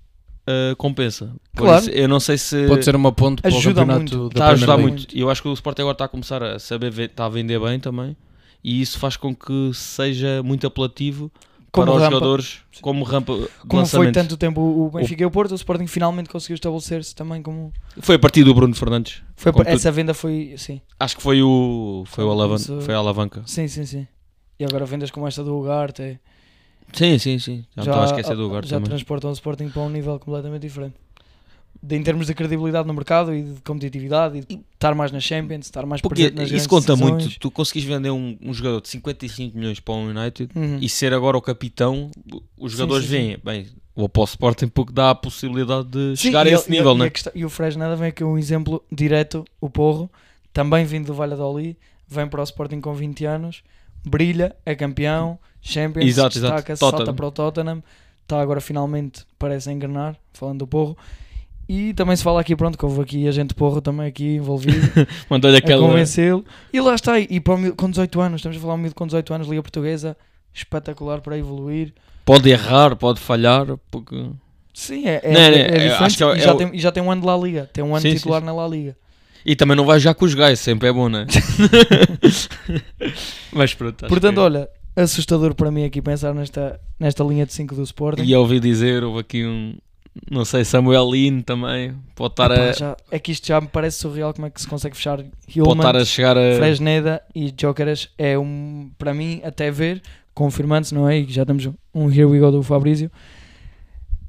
S2: uh, compensa. Por
S3: Claro.
S2: isso, eu não sei se
S4: Pode ser uma ponte para
S3: Ajuda
S4: o campeonato
S3: muito.
S4: da
S2: está a ajudar
S4: Premier League.
S3: League.
S2: muito. E eu acho que o Sporting agora está a começar a saber, ve- está a vender bem também. E isso faz com que seja muito apelativo
S3: Como
S2: para os
S3: rampa.
S2: jogadores como rampa de
S3: Como foi
S2: lançamento.
S3: tanto tempo o Benfica e o Porto, o Sporting finalmente conseguiu estabelecer-se também como.
S2: Foi a partir do Bruno Fernandes.
S3: Foi
S2: Como
S3: pa-
S2: tu-
S3: essa venda foi. Sim,
S2: Acho que foi o foi, o
S3: Quando
S2: alavan
S3: começou.
S2: foi a alavanca.
S3: sim, sim. sim. E agora vendas como esta do Ugarte eh,
S2: Sim, sim, sim. Já, me estava a esquecer do lugar
S3: já
S2: também.
S3: transportam o Sporting para um nível completamente diferente. De, em termos de credibilidade no mercado e de competitividade e de estar mais na Champions, estar mais
S2: Porque
S3: presente nas
S2: isso
S3: grandes
S2: conta
S3: decisões.
S2: muito. Tu conseguis vender um, um jogador de 55 milhões para o United
S3: Uhum.
S2: e ser agora o capitão, os
S3: Sim,
S2: jogadores
S3: sim, sim.
S2: veem, bem, vou para o Sporting porque dá a possibilidade de
S3: Sim,
S2: chegar a
S3: e
S2: esse
S3: ele-
S2: nível,
S3: e,
S2: né?
S3: a questão- e o Fresneda vem aqui um exemplo direto, o Porro, também vindo do Valladolid, vem para o Sporting com 20 anos, brilha, é campeão, Champions,
S2: Exato, exato.
S3: destaca-se, salta
S2: Tottenham.
S3: para o Tottenham, está agora finalmente, parece a engrenar, falando do Porro. E também se fala aqui, pronto, que houve aqui agente Porro também aqui envolvido,
S2: Mandou-lhe
S3: a
S2: aquela.
S3: convencê-lo. E lá está, e para o miúdo com 18 anos, estamos a falar um miúdo com 18 anos, Liga Portuguesa, espetacular para evoluir.
S2: Pode errar, pode falhar, porque.
S3: Sim, é, é,
S2: Não,
S3: é,
S2: não, eu
S3: diferente
S2: acho que é o-
S3: e
S2: é
S3: já,
S2: o-
S3: tem, e já tem um ano de La Liga, tem um ano
S2: Sim, sim,
S3: titular
S2: sim.
S3: na La Liga.
S2: E também não vai já com os gajos, sempre é bom, né? Mas pronto. acho
S3: Portanto,
S2: que- é
S3: olha, assustador para mim aqui pensar nesta, nesta linha de 5 do Sporting.
S2: E ouvi dizer, houve aqui um. Não sei, Samuel Lino também. Pode estar,
S3: Epá,
S2: a,
S3: já- é que isto já me parece surreal como é que se consegue fechar
S2: pode estar a
S3: Hillman,
S2: chegar a.
S3: Fresneda e Jokeres. É um, para mim, até ver, confirmando-se, não é? E já temos um Here We Go do Fabrício.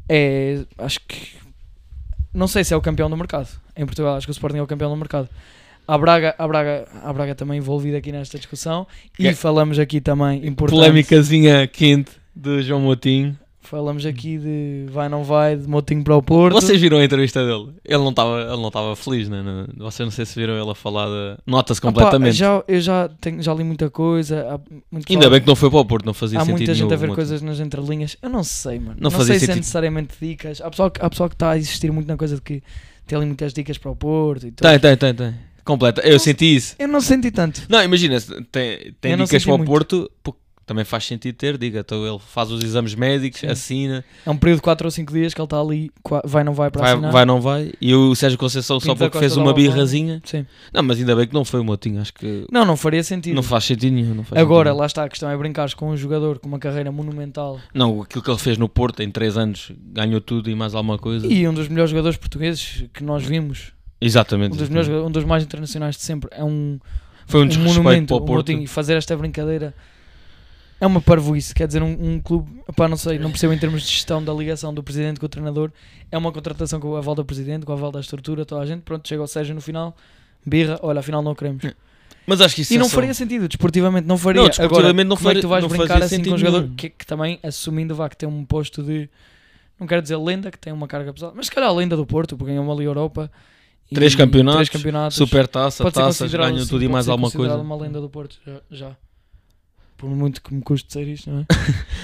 S3: É, acho que. Não sei se é o campeão do mercado. Em Portugal, acho que o Sporting é o campeão do mercado. A Braga, a Braga, a Braga também envolvida aqui nesta discussão. E
S2: Que- é
S3: falamos aqui também, importante.
S2: Polémicazinha quente de João Moutinho.
S3: Falamos aqui de vai não vai, de Motinho para o Porto.
S2: Vocês viram a entrevista dele? Ele não estava, ele não estava feliz, né? Não- Vocês não sei se viram ele a falar. de- Nota-se
S3: Opa,
S2: completamente.
S3: Ah, já, eu já, tenho, já li muita coisa. Há, muito
S2: Ainda
S3: pessoal-
S2: bem que não foi para o Porto, não fazia
S3: há
S2: sentido
S3: muita gente a
S2: nenhum,
S3: ver
S2: Moutinho.
S3: coisas nas entrelinhas. Eu não sei, mano. Não,
S2: Não fazia
S3: sei se é
S2: sentido.
S3: necessariamente dicas. Há pessoal, que- há pessoal que está a insistir muito na coisa de que tem ali muitas dicas para o Porto e tudo.
S2: Tem, tem, tem, tem. Completa. Eu senti isso.
S3: Eu não senti tanto.
S2: Não, imagina, se tem, tem
S3: Eu não
S2: dicas
S3: senti
S2: para o
S3: muito.
S2: Porto porque Também faz sentido ter, diga. Então ele faz os exames médicos,
S3: Sim.
S2: assina,
S3: É um período de 4 ou 5 dias que ele está ali, qua- vai não vai para
S2: vai,
S3: assinar.
S2: vai, não vai. E o Sérgio Conceição só
S3: Pinto da
S2: porque fez
S3: Costa dá
S2: uma
S3: uma bola.
S2: birrazinha.
S3: Sim.
S2: Não, mas ainda bem que não foi o Motinho, acho que
S3: Não, não faria sentido.
S2: não faz sentido nenhum. Não faz
S3: Agora,
S2: sentido
S3: lá está, a questão é brincares com um jogador com uma carreira monumental
S2: nenhum. Não, aquilo que ele fez no Porto em 3 anos, ganhou tudo e mais alguma coisa.
S3: e um dos melhores jogadores portugueses que nós vimos,
S2: Exatamente.
S3: um dos,
S2: exatamente.
S3: melhores, um dos mais internacionais de sempre, é um,
S2: Foi um
S3: um
S2: desrespeito
S3: monumento.
S2: para o
S3: um
S2: Porto.
S3: Moutinho. E fazer esta brincadeira é uma parvoíce. Quer dizer, um, um clube, pá, não sei, não percebo em termos de gestão da ligação do presidente com o treinador. É uma contratação com a aval do presidente, com a aval da estrutura, toda a gente. Pronto, chega ao Sérgio no final, birra, olha, afinal não queremos.
S2: Mas acho que isso
S3: E
S2: é
S3: não
S2: só-
S3: faria sentido, desportivamente não faria.
S2: Não, desportivamente
S3: Agora,
S2: não
S3: como é que tu
S2: faria-
S3: vais
S2: não
S3: brincar
S2: fazia
S3: assim com
S2: sentido
S3: um jogador
S2: nenhum.
S3: que, que também, assumindo vá que tem um posto de, não quero dizer lenda, que tem uma carga pesada, mas se calhar a lenda do Porto, porque ganhou uma Liga Europa. e-
S2: Três
S3: três
S2: campeonatos,
S3: campeonatos.
S2: Super taça,
S3: Pode ser
S2: taças,
S3: considerado,
S2: ganham
S3: sim,
S2: tudo e
S3: pode
S2: mais
S3: ser
S2: alguma
S3: considerado
S2: coisa.
S3: uma lenda do Porto, já. já. Por muito que me custe dizer isto, não é?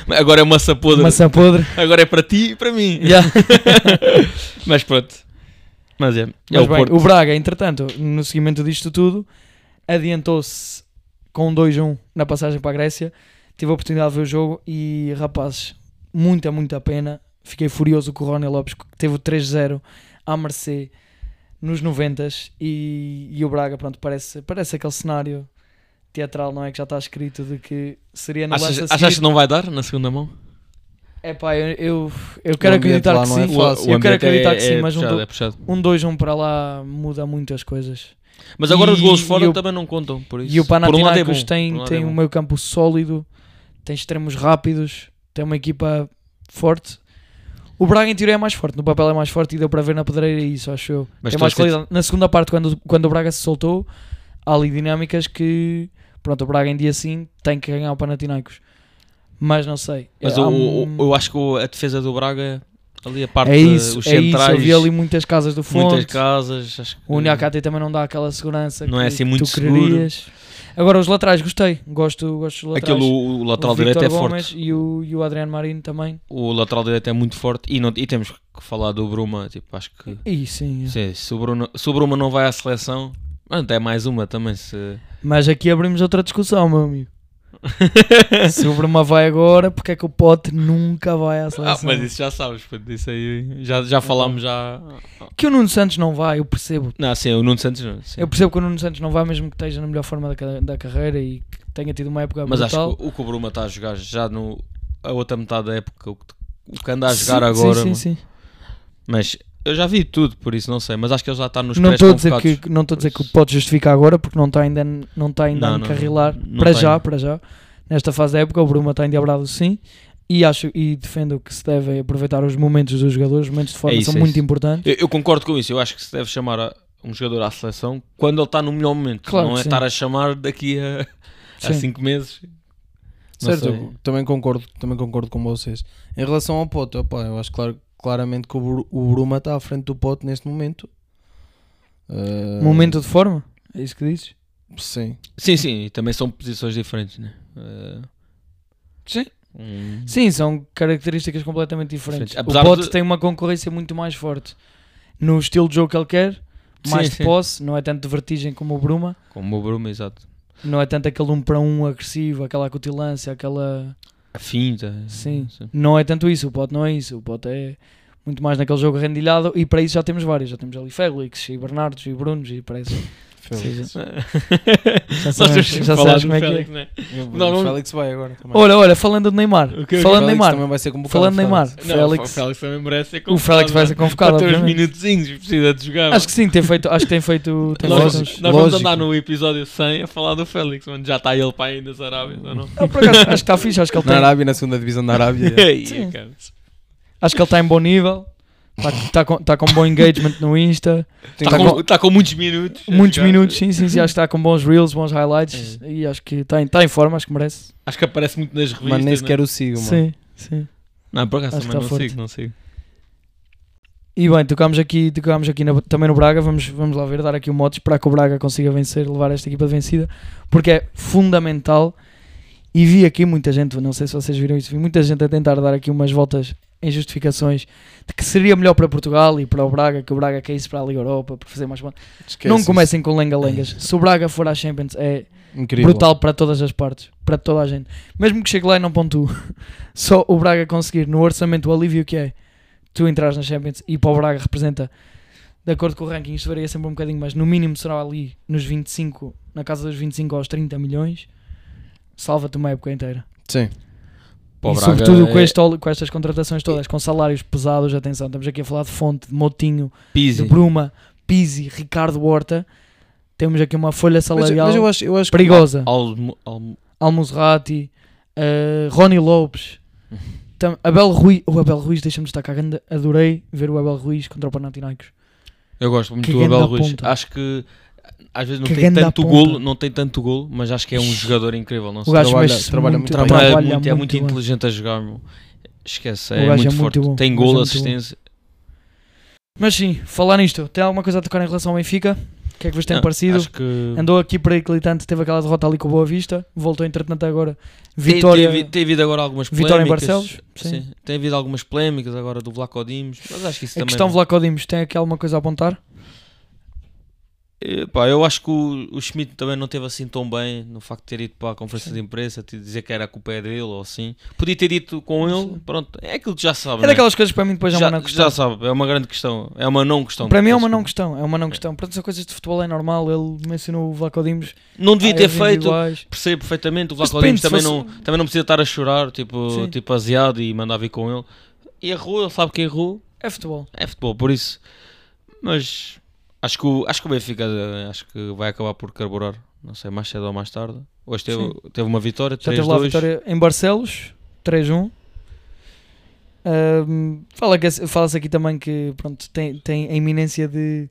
S2: Mas Agora é uma sapodra.
S3: Maçã podre.
S2: Agora é para ti e para mim.
S3: Yeah.
S2: Mas pronto. Mas é. é
S3: Mas
S2: o
S3: bem,
S2: Porto.
S3: o Braga, entretanto, no seguimento disto tudo, adiantou-se com 2-1 na passagem para a Grécia. Tive a oportunidade de ver o jogo e, rapazes, muita, muita pena. Fiquei furioso com o Rony Lopes, que teve o 3-0 à mercê nos 90 e, e o Braga, pronto, parece, parece aquele cenário teatral, não é? Que já está escrito de que seria no lance
S2: Achas,
S3: a
S2: achas
S3: seguir.
S2: que não vai dar na segunda mão?
S3: É pá, eu, eu, eu quero
S4: ambiente
S3: acreditar
S4: lá
S3: que
S4: não é
S3: sim.
S4: fácil.
S3: eu quero
S2: ambiente
S3: acreditar
S2: é-
S3: que sim,
S2: é
S3: mas um
S2: puxado,
S3: do-
S2: é puxado.
S3: Um 2-1 para lá muda muitas coisas.
S2: Mas agora os
S3: E-
S2: gols fora
S3: e o-
S2: também não contam, por isso.
S3: E o
S2: é
S3: Panathinaikos
S2: bom, por
S3: tem,
S2: um lado é
S3: tem
S2: bom.
S3: um meio campo sólido, tem extremos rápidos, tem uma equipa forte. O Braga em teoria é mais forte, no papel é mais forte e deu para ver na pedreira isso, acho eu.
S2: Mas
S3: tem
S2: tu
S3: mais
S2: achas-
S3: qualidade. Na segunda parte, quando, quando o Braga se soltou, há ali dinâmicas que, pronto, o Braga em dia sim tem que ganhar o Panathinaikos. Mas não sei.
S2: Mas
S3: Há
S2: o-
S3: um-
S2: o- eu acho que o- a defesa do Braga, ali a parte,
S3: é isso,
S2: os
S3: é isso.
S2: centrais,
S3: Havia ali muitas casas do fundo.
S2: muitas casas. Acho que
S3: O Niakate também não dá aquela segurança
S2: Não
S3: que,
S2: é assim
S3: que
S2: muito
S3: tu
S2: seguro.
S3: querias. Agora, os laterais, gostei. Gosto, gosto dos laterais.
S2: Aquilo, o lateral
S3: O
S2: direito
S3: Vítor
S2: é
S3: Gomes
S2: forte.
S3: E o, e o Adriano Marino também.
S2: O lateral direito é muito forte. E, não- e temos que falar do Bruma. Tipo, acho que.
S3: E sim. é.
S2: Sim, se, o Bruno, se o Bruma não vai à seleção, mano, é mais uma também. Se...
S3: Mas aqui abrimos outra discussão, meu amigo. Se o Bruma vai agora, porque é que o Pote nunca vai à
S2: Ah,
S3: seleção?
S2: mas isso já sabes, puto, isso aí já, já falámos já.
S3: Que o Nuno Santos não vai, eu percebo.
S2: Não, sim, o Nuno Santos não. sim.
S3: Eu percebo que o Nuno Santos não vai, mesmo que esteja na melhor forma da, ca- da carreira e que tenha tido uma época
S2: Mas acho
S3: É brutal.
S2: que o que o Bruma está a jogar já no a outra metade da época, o que, o que anda a
S3: Sim,
S2: jogar
S3: sim,
S2: agora.
S3: sim,
S2: mano.
S3: sim.
S2: Mas eu já vi tudo, por isso não sei. Mas acho que ele já está nos
S3: Não
S2: pés um
S3: estou a dizer
S2: convocados.
S3: que não estou a dizer que o Pote justifica agora, porque não está ainda não está ainda
S2: Não,
S3: a
S2: não,
S3: encarrilar
S2: não tá
S3: para
S2: tem.
S3: já, para já. Nesta fase da época o Bruma está endiabrado sim. E acho e defendo que se deve aproveitar os momentos dos jogadores, os momentos de forma
S2: É isso,
S3: são
S2: é
S3: muito
S2: isso.
S3: importantes.
S2: Eu, eu concordo com isso. Eu acho que se deve chamar a- um jogador à seleção quando ele está no melhor momento.
S3: Claro
S2: não
S3: que
S2: é
S3: sim.
S2: estar a chamar daqui a, a
S3: Sim.
S2: cinco meses. Não
S4: Certo,
S2: sei.
S4: eu também concordo, também concordo com vocês. Em relação ao Pote, opá, eu acho clar- claramente que o, Bru- o Bruma está à frente do Pote neste momento.
S2: Eh,
S4: Ah,
S3: Momento de forma? É isso que dizes?
S4: Sim.
S2: Sim, sim, e também são posições diferentes, né? Eh,
S3: Sim.
S2: um-
S3: Sim, são características completamente diferentes.
S2: Diferente. Apesar
S3: o Pote
S2: de-
S3: tem uma concorrência muito mais forte no estilo de jogo que ele quer, mais
S2: Sim,
S3: de
S2: sim.
S3: posse, não é tanto de vertigem como o Bruma,
S2: Como o Bruma, exato.
S3: não é tanto aquele um para um agressivo, aquela acutilância, aquela
S2: A finta.
S3: Sim.
S2: sim.
S3: Não é tanto isso, o Pote não é isso. O Pote é muito mais naquele jogo rendilhado e para isso já temos vários. Já temos ali Félix e Bernardos e Brunos e parece. Sim, Já
S2: Nós
S3: sabes,
S2: temos que
S3: já
S2: falar
S3: sabes
S2: do
S3: como é que é.
S2: Félix, né?
S4: Não,
S2: Não,
S4: o
S2: não-
S4: Félix vai agora também.
S3: Olha, olha, falando de Neymar.
S2: Ok.
S3: Falando
S4: O Félix
S3: de Neymar.
S1: é
S4: também vai ser
S1: um
S4: convocado,
S3: Falando de
S4: o
S3: Neymar.
S4: Félix.
S2: Não,
S3: Félix.
S2: o Félix é um também merece ser
S3: O Félix vai ser convocado.
S2: Até uns
S3: obviamente.
S2: minutinhos precisa de jogar.
S3: Acho que sim, tem feito. Acho que tem feito. Tem
S2: nós,
S3: feito
S4: Lógico.
S3: uns-
S2: nós vamos
S4: Lógico.
S2: andar no episódio 100 a falar do Félix, mano. Já está ele para aí nas Arábias, ou não?
S3: Não, por acaso, acho que está fixe. Acho que ele
S4: Na
S1: é
S3: tem-
S4: Arábia, na segunda divisão da Arábia.
S2: Ei, é,
S3: Sim.
S2: cara.
S3: acho que ele está em bom nível. Está tá com, tá com bom engagement no Insta.
S4: Tem
S2: Está
S4: que-
S2: com, tá com muitos minutos. é, a
S3: Muitos
S2: jogar.
S3: minutos, sim, sim, sim. Acho que está com bons reels, bons highlights. E acho que está em, tá em forma, acho que merece.
S2: Acho que aparece muito nas revistas.
S4: Mano, nem
S2: né?
S4: sequer o sigo, mano.
S3: Sim, sim.
S2: Não, por acaso
S3: Acho que
S2: também
S3: tá
S2: não
S3: forte.
S2: sigo, não sigo.
S3: E bem, tocámos aqui, tocámos aqui na- também no Braga, vamos, vamos lá ver, dar aqui o mote, esperar que o Braga consiga vencer, levar esta equipa de vencida, porque é fundamental. E vi aqui muita gente, não sei se vocês viram isso, vi muita gente a tentar dar aqui umas voltas em justificações de que seria melhor para Portugal e para o Braga, que o Braga caísse para a Liga Europa, para fazer mais pontos.
S4: Esquece
S3: Não
S4: isso.
S3: comecem com lenga-lengas. Se o Braga for à Champions, é
S4: Incrível.
S3: brutal para todas as partes, para toda a gente. Mesmo que chegue lá e não pontue, só o Braga conseguir no orçamento o alívio que é tu entras na Champions e para o Braga representa, de acordo com o ranking, isto varia sempre um bocadinho, mas no mínimo será ali nos 25, na casa dos 25 aos 30 milhões, salva-te uma época inteira.
S4: Sim.
S2: Para o
S3: e
S2: Braga
S3: sobretudo com,
S2: é
S3: este ol- com estas contratações todas, com salários pesados, atenção, estamos aqui a falar de Fonte, de Motinho,
S2: Pizzi.
S3: de Bruma, Pizzi, Ricardo Horta, temos aqui uma folha
S4: Mas,
S3: salarial
S4: mas eu acho, eu acho que-
S3: perigosa.
S2: Almo- Almo-
S3: Almuzrati, eh, Rony Lopes, tam, Abel Ruiz. O Abel Ruiz, deixa-me destacar, grande, adorei ver o Abel Ruiz contra o Panathinaikos.
S2: Eu gosto muito
S3: Que
S2: do Abel
S3: ganda
S2: Ruiz.
S3: ponta.
S2: Acho que às vezes não
S3: Que
S2: tem
S3: ganda
S2: tanto
S3: ponta.
S2: golo, não tem tanto golo, mas acho que é um jogador incrível, não
S3: O
S2: sei.
S3: gajo
S4: trabalha-
S3: mexe
S4: trabalha
S3: muito,
S4: muito
S3: bem.
S4: bem.
S2: Trabalha
S3: trabalha
S2: muito, é muito
S3: bem.
S2: inteligente a jogar, meu. Esquece,
S3: O
S2: é
S3: gajo
S2: muito
S3: é muito
S2: forte.
S3: bom,
S2: Tem
S3: o gajo é
S2: golo,
S3: muito
S2: assistência.
S3: Mas sim, falar nisto, tem alguma coisa a tocar em relação ao Benfica? O que é que vos tem
S2: Não,
S3: parecido?
S2: Acho que
S3: Andou aqui periclitante, teve aquela derrota ali com o Boa Vista, voltou entretanto agora.
S2: Tem-
S3: Vitória.
S2: Tem, havido- tem havido agora algumas polémicas.
S3: Vitória em Barcelos, sim.
S2: Sim. Tem havido algumas polémicas agora do Vlaco Dimos, mas acho que isso
S3: a
S2: também. é
S3: questão Vlacodimos, tem aqui alguma coisa a apontar?
S2: Eh, pá, eu acho que o, o Schmidt também não teve assim tão bem no facto de ter ido para a conferência de imprensa, te dizer que era a culpa é dele ou assim. Podia ter dito com ele,
S3: Sim.
S2: pronto. É aquilo que já se sabe.
S3: É
S2: né?
S3: daquelas coisas que para mim depois é uma
S2: já,
S3: não
S2: já
S3: questão.
S2: sabe, é uma grande questão. É uma não questão.
S3: Para mim é uma não
S2: Desculpa.
S3: questão, é uma não questão. Para são coisas de futebol é normal, ele mencionou o Vlacodimos.
S2: Não devia
S3: ah,
S2: ter
S3: eles
S2: feito.
S3: individuais.
S2: Percebo perfeitamente. O
S3: Mas
S2: Vlaco Dimos também,
S3: depende, se
S2: não, também não precisa estar a chorar, tipo,
S3: Sim.
S2: tipo aziado e mandar vir com ele. E errou, ele sabe que errou.
S3: É futebol.
S2: É futebol, por isso. Mas acho que o, acho que o Benfica eh, acho que vai acabar por carburar. Não sei, mais cedo ou mais tarde. Hoje teve, teve uma vitória,
S3: Já teve lá a
S2: 3-2.
S3: vitória em Barcelos, 3-1. Ahm, fala que- Fala-se aqui também que pronto, tem, tem a iminência de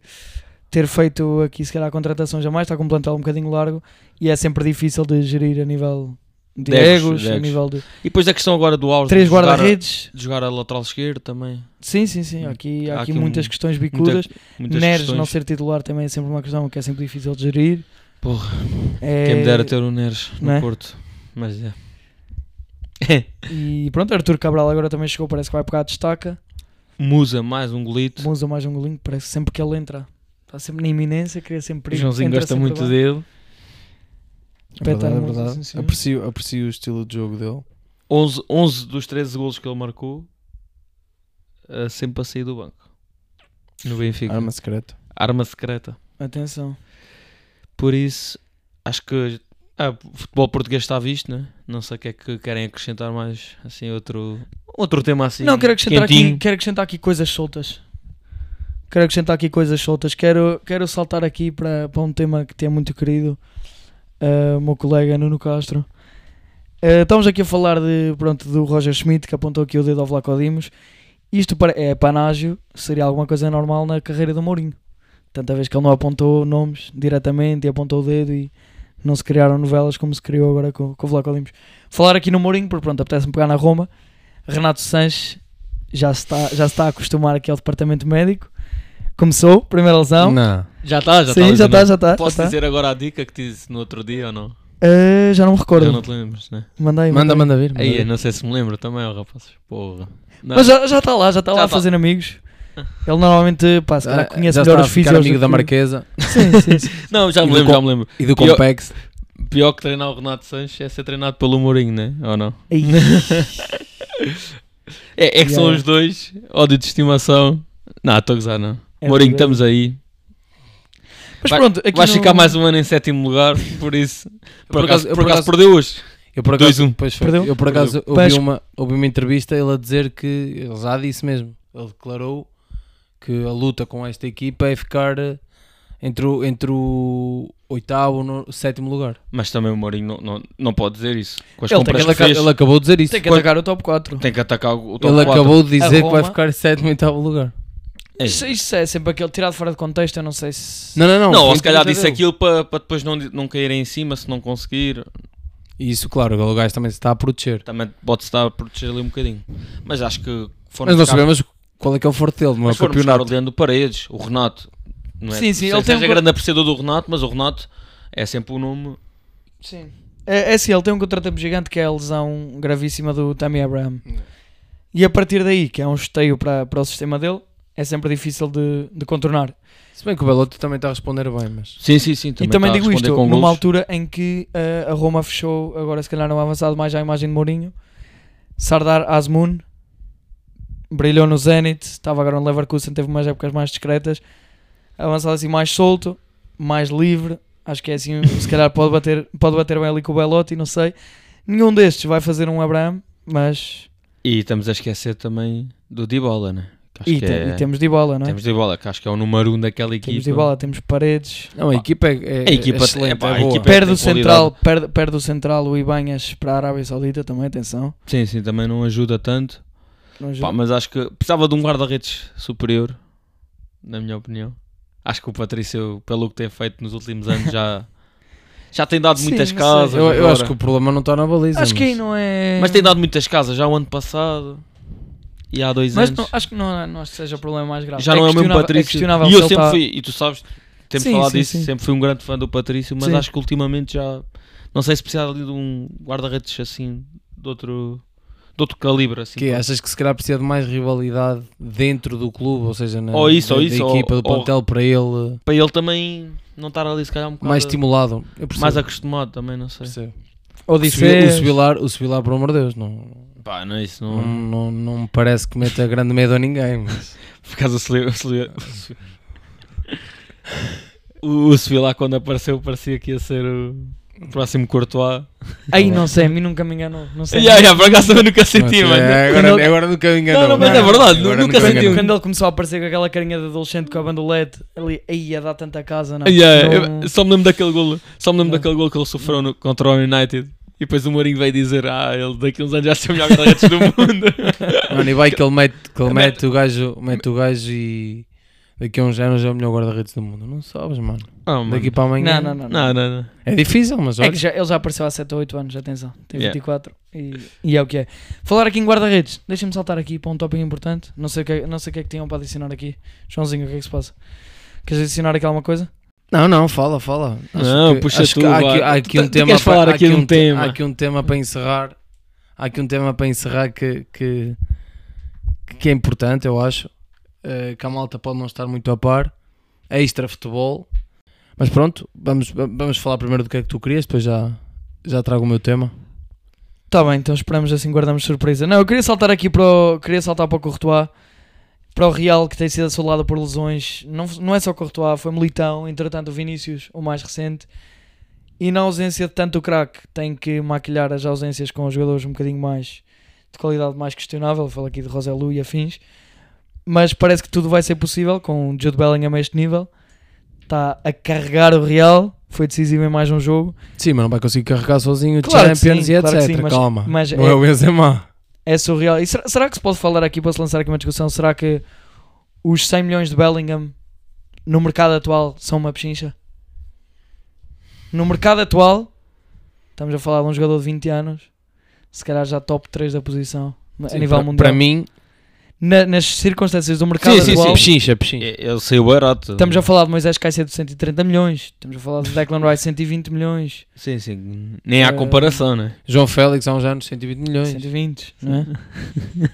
S3: ter feito aqui, se calhar, a contratação jamais, está com um plantel um bocadinho largo e é sempre difícil de gerir a nível de
S2: De egos,
S3: egos,
S2: de
S3: a
S2: egos.
S3: nível de
S2: E depois a questão agora do Alves.
S3: três
S2: de jogar a-
S3: guarda-redes.
S2: De jogar a lateral esquerdo também.
S3: Sim, sim, sim. Há aqui, há
S2: Há
S3: aqui
S2: aqui um-
S3: muitas questões bicudas.
S2: Muitas
S3: Neres
S2: questões.
S3: não ser titular também é sempre uma questão que é sempre difícil de gerir.
S2: Porra,
S3: É,
S2: quem me dera ter o Neres no
S3: não é?
S2: Porto. Mas é.
S3: E pronto, Arthur Cabral agora também chegou, parece que vai pegar a destaca.
S2: Musa, mais um golito.
S3: Monza mais um golinho, parece que sempre que ele entra. Está sempre na iminência, cria sempre
S2: O
S3: perigo.
S2: Joãozinho
S3: entra
S2: gosta
S3: sempre
S2: muito
S3: bem.
S2: dele.
S4: É verdade, é
S3: Espetacular, sim,
S4: verdade.
S3: senhor.
S4: Aprecio, aprecio o estilo de jogo dele.
S2: 11, 11 dos 13 golos que ele marcou, eh, sempre a sair do banco. No Benfica.
S4: Arma secreta.
S2: Arma secreta.
S3: Atenção.
S2: Por isso, acho que ah, o futebol português está visto, né? Não sei o que é que querem acrescentar mais, assim, outro, outro tema assim.
S3: Não, quero acrescentar, aqui,
S2: quentinho.
S3: quero acrescentar aqui coisas soltas. Quero acrescentar aqui coisas soltas. Quero, quero saltar aqui para, para um tema que tem muito querido. ah, o meu colega Nuno Castro. Ah, estamos aqui a falar de, pronto, do Roger Schmidt que apontou aqui o dedo ao Vlaco Dimos. Isto para, é panágio, seria alguma coisa normal na carreira do Mourinho. Tanta vez que ele não apontou nomes diretamente e apontou o dedo e não se criaram novelas como se criou agora com, com o Vlaco Dimos. Falar aqui no Mourinho, porque pronto, apetece-me pegar na Roma. Renato Sanches já se está, já se está a acostumar aqui ao departamento médico. Começou, primeira lesão.
S4: Não.
S2: Já está, já está.
S3: Sim, já está, já tá. está. já
S2: Posso
S3: está.
S2: dizer agora a dica que te disse no outro dia ou não?
S3: Ah, já não me
S2: Já
S3: recordo.
S2: não te lembras, né?
S3: Manda aí.
S4: Manda,
S3: aí.
S4: manda vir. manda
S2: Aí,
S4: vir.
S2: eu não sei se me lembro também, ó, rapazes. Porra. Não,
S3: Mas já já está lá, já está
S2: Já
S3: lá a
S2: está.
S3: fazer amigos. Ele normalmente, pá, se calhar
S4: Ah,
S3: conhece
S4: já
S3: melhor
S4: está
S3: os
S4: a ficar
S3: físicos.
S4: amigo da Marquesa
S3: Sim, sim, sim.
S2: não, já
S4: E
S2: me
S4: do
S2: lembro, já
S4: com-
S2: me lembro.
S4: e do
S2: Pior-
S4: Compex.
S2: Pior que treinar o Renato Sanches é ser treinado pelo Mourinho, né? Ou não?
S3: Ei,
S2: É, é que são
S3: Yeah.
S2: os dois, ódio de estimação. Não, estou a gozar, não.
S3: É
S2: Mourinho,
S3: verdade.
S2: estamos aí.
S3: Mas
S2: Vai-
S3: pronto, aqui
S2: Vais
S3: no-
S2: ficar mais um ano em sétimo lugar, por isso.
S4: por
S2: Por
S4: acaso-
S2: acaso,
S4: eu
S2: por
S4: por
S2: acaso
S4: acaso-
S2: perdeu hoje.
S4: Eu por acaso,
S2: 2-1.
S4: pois foi.
S3: Perdeu?
S4: Eu por acaso ouvi
S3: Mas-
S4: uma, ouvi uma entrevista ele a dizer que ele já disse mesmo. Ele declarou que a luta com esta equipa é ficar eh, entre o, entre o oitavo e o sétimo lugar.
S2: Mas também o Mourinho não, não, não pode dizer isso. Com as
S3: Ele tem
S2: compras
S4: Ele,
S2: que
S4: aca-
S2: fez,
S4: ele acabou de dizer isso.
S3: Tem que
S4: Quando-
S3: atacar o top 4.
S2: tem que atacar o o top
S4: ele
S2: 4.
S4: acabou de
S3: A
S4: dizer que vai
S3: Roma-
S4: ficar sétimo e oitavo lugar.
S2: É.
S3: Isto, isto é sempre aquele tirado fora de contexto, eu não sei se.
S4: Não, não, não. é
S2: Não,
S4: foi
S2: ou se calhar disse
S4: entrevista dele.
S2: aquilo para, para depois não, não cair em cima se não conseguir.
S4: E Isso, claro, o gajo também se está a proteger.
S2: Também pode-se estar a proteger ali um bocadinho. Mas acho que foram
S4: Mas não
S2: buscar-
S4: sabemos qual é que é o forte dele, não é o
S2: mas foram buscar o
S4: campeonato.
S2: Leandro Paredes, o Renato. Não é,
S3: Sim, sim,
S2: sei
S3: ele
S2: se
S3: tem
S2: seja
S3: um-
S2: grande apreciador do Renato, mas o Renato é sempre o nome.
S3: Sim. É, é assim, ele tem um contratempo gigante que é a lesão gravíssima do Tammy Abraham. E a partir daí, que é um esteio para, para o sistema dele, é sempre difícil de, de contornar.
S1: Se bem que o Belotti também está a responder bem, mas.
S2: Sim, sim, sim.
S3: e também
S2: está tá a
S3: digo
S2: responder
S3: isto,
S2: com
S3: numa
S2: golos.
S3: altura em que eh, a Roma fechou, agora se calhar não avançado mais à imagem de Mourinho, Sardar Azmoun brilhou no Zenit, estava agora no Leverkusen, teve umas épocas mais discretas, avançado assim mais solto, mais livre, acho que é assim, se calhar pode bater, pode bater bem ali com o Belotti, não sei. Nenhum destes vai fazer um Abraham, mas...
S2: E estamos a esquecer também do Dibola, né? Que acho
S3: E,
S2: que
S3: te-
S2: é-
S3: e temos de bola, não é?
S2: temos Dibola, que acho que é o número um daquela equipa.
S3: Temos de bola, temos paredes,
S1: Não, a
S2: Pá.
S1: equipa é. é-
S2: A equipa-
S1: é excelente,
S2: epá, a
S1: é boa.
S2: equipa-
S3: perde
S2: tem
S3: o central, perde, perde o central o Ibanhas para a Arábia Saudita também, atenção.
S2: Sim, sim, também não ajuda tanto.
S3: Não
S2: Pá,
S3: ajuda.
S2: mas acho que precisava de um guarda-redes superior, na minha opinião. Acho que o Patrício, pelo que tem feito nos últimos anos, já, já tem dado
S3: Sim,
S2: muitas
S3: não sei.
S2: casas.
S1: Eu, eu
S2: agora.
S1: acho que o problema não está na baliza.
S3: acho que aí
S1: mas-
S3: não é.
S2: Mas tem dado muitas casas já o ano passado e há dois
S3: Mas
S2: anos.
S3: não- acho que não, não acho que seja o problema mais grave.
S2: já não é o mesmo
S3: questionável-
S2: Patrício.
S3: questionável
S2: e
S3: se
S2: eu
S3: ele
S2: sempre
S3: tá-
S2: fui, e tu sabes, temos
S3: Sim,
S2: falado
S3: sim,
S2: disso,
S3: sim.
S2: sempre fui um grande fã do Patrício, mas
S3: Sim.
S2: acho que ultimamente já não sei se precisava ali de um guarda-redes assim de outro, de outro calibre. Assim,
S1: Que é?
S2: pá.
S1: achas que se calhar precisa de mais rivalidade dentro do clube, ou seja, na
S2: Ou isso,
S1: da,
S2: ou
S1: da
S2: isso, ou-
S1: equipa do
S2: ou-
S1: plantel para ele
S2: Para ele também não estar ali, se calhar, um bocado
S1: mais tipo estimulado. Eu percebo.
S2: mais acostumado também, não sei.
S1: percebo. O Subi- o
S3: Odisseus,
S1: Subilar, o Subilar, por amor de Deus, não,
S2: Pá, não é isso,
S1: não,
S2: não.
S1: não, não me parece que meta grande medo a ninguém. Mas...
S2: Por causa se leu- se leu- O, o Sevilla quando apareceu parecia que ia ser o o próximo Courtois.
S3: Aí não sei, a mim nunca me enganou. Não sei.
S2: Ya, ya, por acaso também nunca senti,
S1: Mas,
S2: mano.
S1: é,
S3: Quando
S1: agora,
S3: ele-
S1: agora nunca me enganou.
S2: Não, não, mas é verdade,
S1: Agora
S2: nunca
S1: me
S2: senti
S3: Quando,
S2: um-
S1: enganou.
S3: quando ele começou a aparecer com aquela carinha de adolescente com a bandolete, ali, aí ia dar tanta casa, não.
S2: Ah, Yeah,
S3: Não-
S2: eu- só me lembro daquele golo, só me lembro
S3: Não.
S2: daquele golo que ele sofreu no- contra o United. E depois o Mourinho veio dizer: Ah, ele daqui a uns anos já ser o melhor guarda-redes do mundo.
S1: Mano, e vai que ele mete, que ele mete o gajo, mete o gajo e daqui a uns anos é o melhor guarda-redes do mundo. Não sabes, mano.
S2: Ah, mano.
S1: Daqui para amanhã.
S3: Não, não, não. não.
S2: Não, não, não.
S1: É difícil, mas
S3: É
S1: olha.
S3: que já, ele já apareceu há 7 ou 8 anos, atenção. Tem
S2: Yeah.
S3: 24 e, e é o que é. Falar aqui em guarda-redes, deixa-me saltar aqui para um tópico importante. Não sei, o que, é- não sei o que é que tinham para adicionar aqui. Joãozinho, o que é que se passa? Queres adicionar aqui alguma coisa?
S1: Não, não, fala, fala. Acho
S2: Não,
S1: que-
S2: puxa
S1: acho que
S2: tu,
S1: há
S2: vá.
S1: aqui, há aqui
S2: Tu-
S1: um
S2: tu
S1: tema
S2: queres
S1: para-
S2: falar
S1: há
S2: aqui um
S1: te-
S2: tema.
S1: Há aqui um tema para encerrar. Há aqui um tema para encerrar que, que, que é importante, eu acho. eh, que a malta pode não estar muito a par. É extra futebol. Mas pronto, vamos, vamos falar primeiro do que é que tu querias, depois já, já trago o meu tema.
S3: Tá bem, então esperamos assim, guardamos surpresa. Não, eu queria saltar aqui para o, queria saltar para o Courtois, para o Real que tem sido assolado por lesões. Não, não é só Courtois, foi Militão, entretanto o Vinícius, o mais recente. E na ausência de tanto craque, tem que maquilhar as ausências com jogadores um bocadinho mais de qualidade mais questionável. Falo aqui de Roselu e afins. Mas parece que tudo vai ser possível com o Jude Bellingham a este nível. Está a carregar o Real, foi decisivo em mais um jogo.
S1: Sim, mas não vai conseguir carregar sozinho o
S3: Claro que
S1: Champions
S3: sim,
S1: e etc.
S3: claro que sim, mas-
S1: Calma.
S3: mas
S1: não
S3: é-
S1: é o Benzema.
S3: É surreal. E será, será que se pode falar aqui, posso lançar aqui uma discussão? Será que os 100 milhões de Bellingham no mercado atual são uma pechincha? No mercado atual, estamos a falar de um jogador de 20 anos, se calhar já top 3 da posição a
S1: Sim,
S3: nível
S1: para,
S3: mundial.
S1: Para mim, é
S3: Na- nas circunstâncias do mercado
S2: Sim,
S3: atual,
S2: sim.
S1: pechincha,
S3: É.
S1: pechincha.
S2: E- Ele saiu é barato.
S3: estamos a falar de Moisés Caicedo de 130 milhões, estamos a falar de Declan Rice 120 milhões,
S2: Sim, sim. Nem há
S3: Eh,
S2: comparação, né?
S1: João Félix há uns anos 120 milhões.
S3: 120, não é?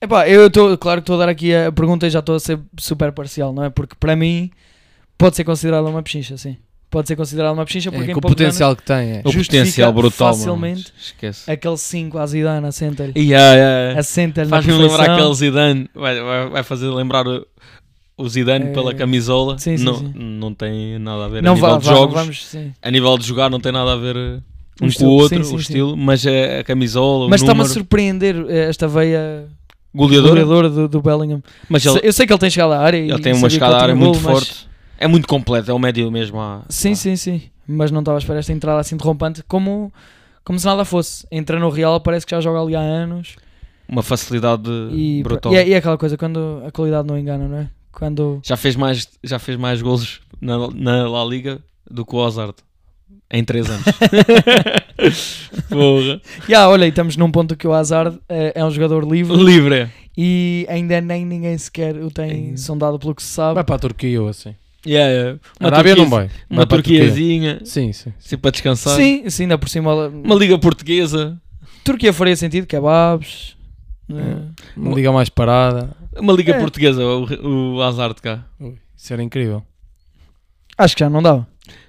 S3: Epá, eu estou, claro que estou a dar aqui a pergunta e já estou a ser super parcial, não é? Porque para mim pode ser considerada uma pechincha, sim. Pode ser considerada uma pechincha porque
S1: É,
S3: em
S1: com o
S3: poucos
S1: potencial que tem. É.
S2: O
S3: justifica
S2: potencial brutal. mano.
S3: facilmente anos,
S2: Esquece.
S3: aquele 5 à Zidane, assenta-lhe.
S2: Ya, ya, ya.
S3: Assenta-lhe na
S2: Faz-me lembrar
S3: perfeição.
S2: aquele Zidane. Vai, vai, vai fazer lembrar o, o Zidane
S3: É.
S2: pela camisola.
S3: Sim, sim,
S2: não,
S3: sim.
S2: não tem nada a ver a
S3: Não
S2: nível
S3: vá,
S2: de
S3: vá, não
S2: jogos.
S3: vamos, sim.
S2: a nível de jogar não tem nada a ver eh,
S3: O
S2: um com
S3: estilo,
S2: o outro,
S3: sim, sim,
S2: o
S3: sim.
S2: estilo, mas é a camisola,
S3: Mas
S2: o
S3: está-me
S2: número,
S3: a surpreender eh, esta veia
S2: goleador,
S3: goleadora do, do Bellingham.
S2: mas ele,
S3: eu sei que ele tem chegada à área e
S2: ele tem uma
S3: sabia que
S2: escada
S3: ele
S2: área
S3: tinha
S2: muito
S3: golo, mas-
S2: forte, é muito completo, é o médio mesmo. à-
S3: Sim,
S2: à-
S3: sim, sim. Mas não estava a esperar esta entrada assim derrompante, como, como se nada fosse. Entra no Real, parece que já joga ali há anos.
S2: Uma facilidade
S3: E,
S2: Eh, brutal.
S3: e, é, e é aquela coisa, quando a qualidade não engana, não é? Quando.
S2: Já fez mais, já fez mais golos na, na La Liga do que o Hazard em 3 anos. Porra.
S3: Ya, olha, e estamos num ponto que o Hazard eh, é, um jogador livre
S2: Livre.
S3: e ainda nem ninguém sequer o tem
S2: Ainda.
S3: sondado pelo que se sabe.
S1: Vai para a Turquia ou assim.
S2: Yeah, yeah.
S1: Uma
S2: Uma,
S1: Arábia
S2: turquia,
S1: não vai.
S2: uma
S1: Vai para a
S2: turquiazinha,
S1: Sim, sim.
S2: assim para descansar.
S3: Sim, sim, ainda por cima.
S2: Uma liga portuguesa.
S3: Turquia faria sentido, kebabs, Eh,
S1: Uma liga mais parada.
S2: Uma liga
S3: É.
S2: portuguesa, o, o azar de cá.
S1: Ui, Isso era incrível.
S3: Acho que já não dava.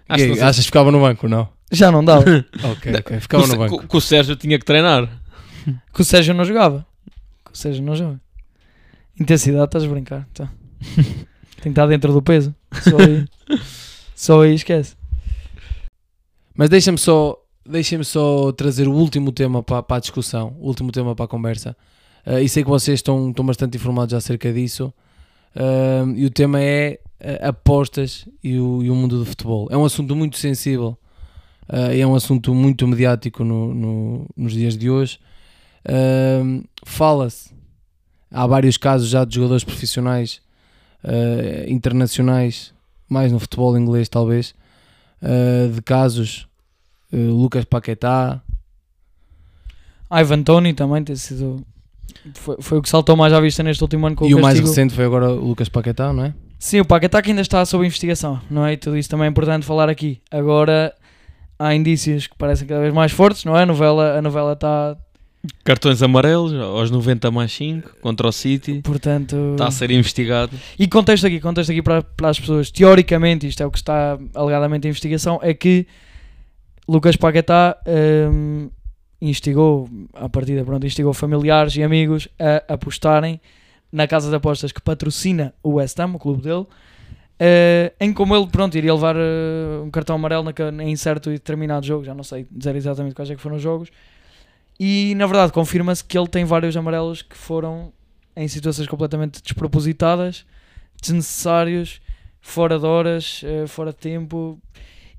S2: Acho que
S1: E
S2: não
S1: aí,
S2: sei-
S1: achas que ficava no banco? Não.
S3: Já não dava.
S1: Ok,
S2: Da-
S1: ok.
S2: que,
S1: Ficava
S2: o
S1: no
S2: Se-
S1: banco.
S2: que o Sérgio tinha que treinar.
S3: que o Sérgio não jogava. Que o Sérgio não joga. Intensidade, estás a brincar. Tá. Tem que estar dentro do peso. Só aí, só aí esquece.
S1: Mas deixa-me só, deixa só trazer o último tema para, para a discussão, o último tema para a conversa. Eh, e sei que vocês estão, estão bastante informados acerca disso. Eh, e o tema é eh, apostas e o, e o mundo do futebol. É um assunto muito sensível eh, e é um assunto muito mediático no- no- nos dias de hoje. Eh, Fala-se, há vários casos já de jogadores profissionais eh, internacionais, mais no futebol inglês talvez, Uh, de casos uh, Lucas Paquetá
S3: Ah, Ivan Tony também tem sido. Foi, foi o que saltou mais à vista neste último ano com
S1: e o mais
S3: castigo.
S1: recente foi agora o Lucas Paquetá, não é?
S3: Sim, o Paquetá que ainda está sob investigação, não é? E tudo isso também é importante falar aqui. Agora há indícios que parecem cada vez mais fortes, não é? A novela, a novela tá- está,
S2: Cartões amarelos, aos 90 mais 5, contra o City.
S3: portanto.
S1: Tá
S2: Está a ser investigado.
S3: E contexto aqui, contexto aqui para, para as pessoas. Teoricamente, isto é o que está alegadamente em investigação, é que Lucas Paquetá hum, instigou, à partida, pronto, instigou familiares e amigos a apostarem na casa de apostas que patrocina o West Ham, o clube dele, eh, em como ele, pronto, iria levar eh, um cartão amarelo naque- em certo e determinado jogo, já não sei dizer exatamente quais é que foram os jogos, e na verdade confirma-se que ele tem vários amarelos que foram em situações completamente despropositadas, desnecessários, fora de horas, eh, fora de tempo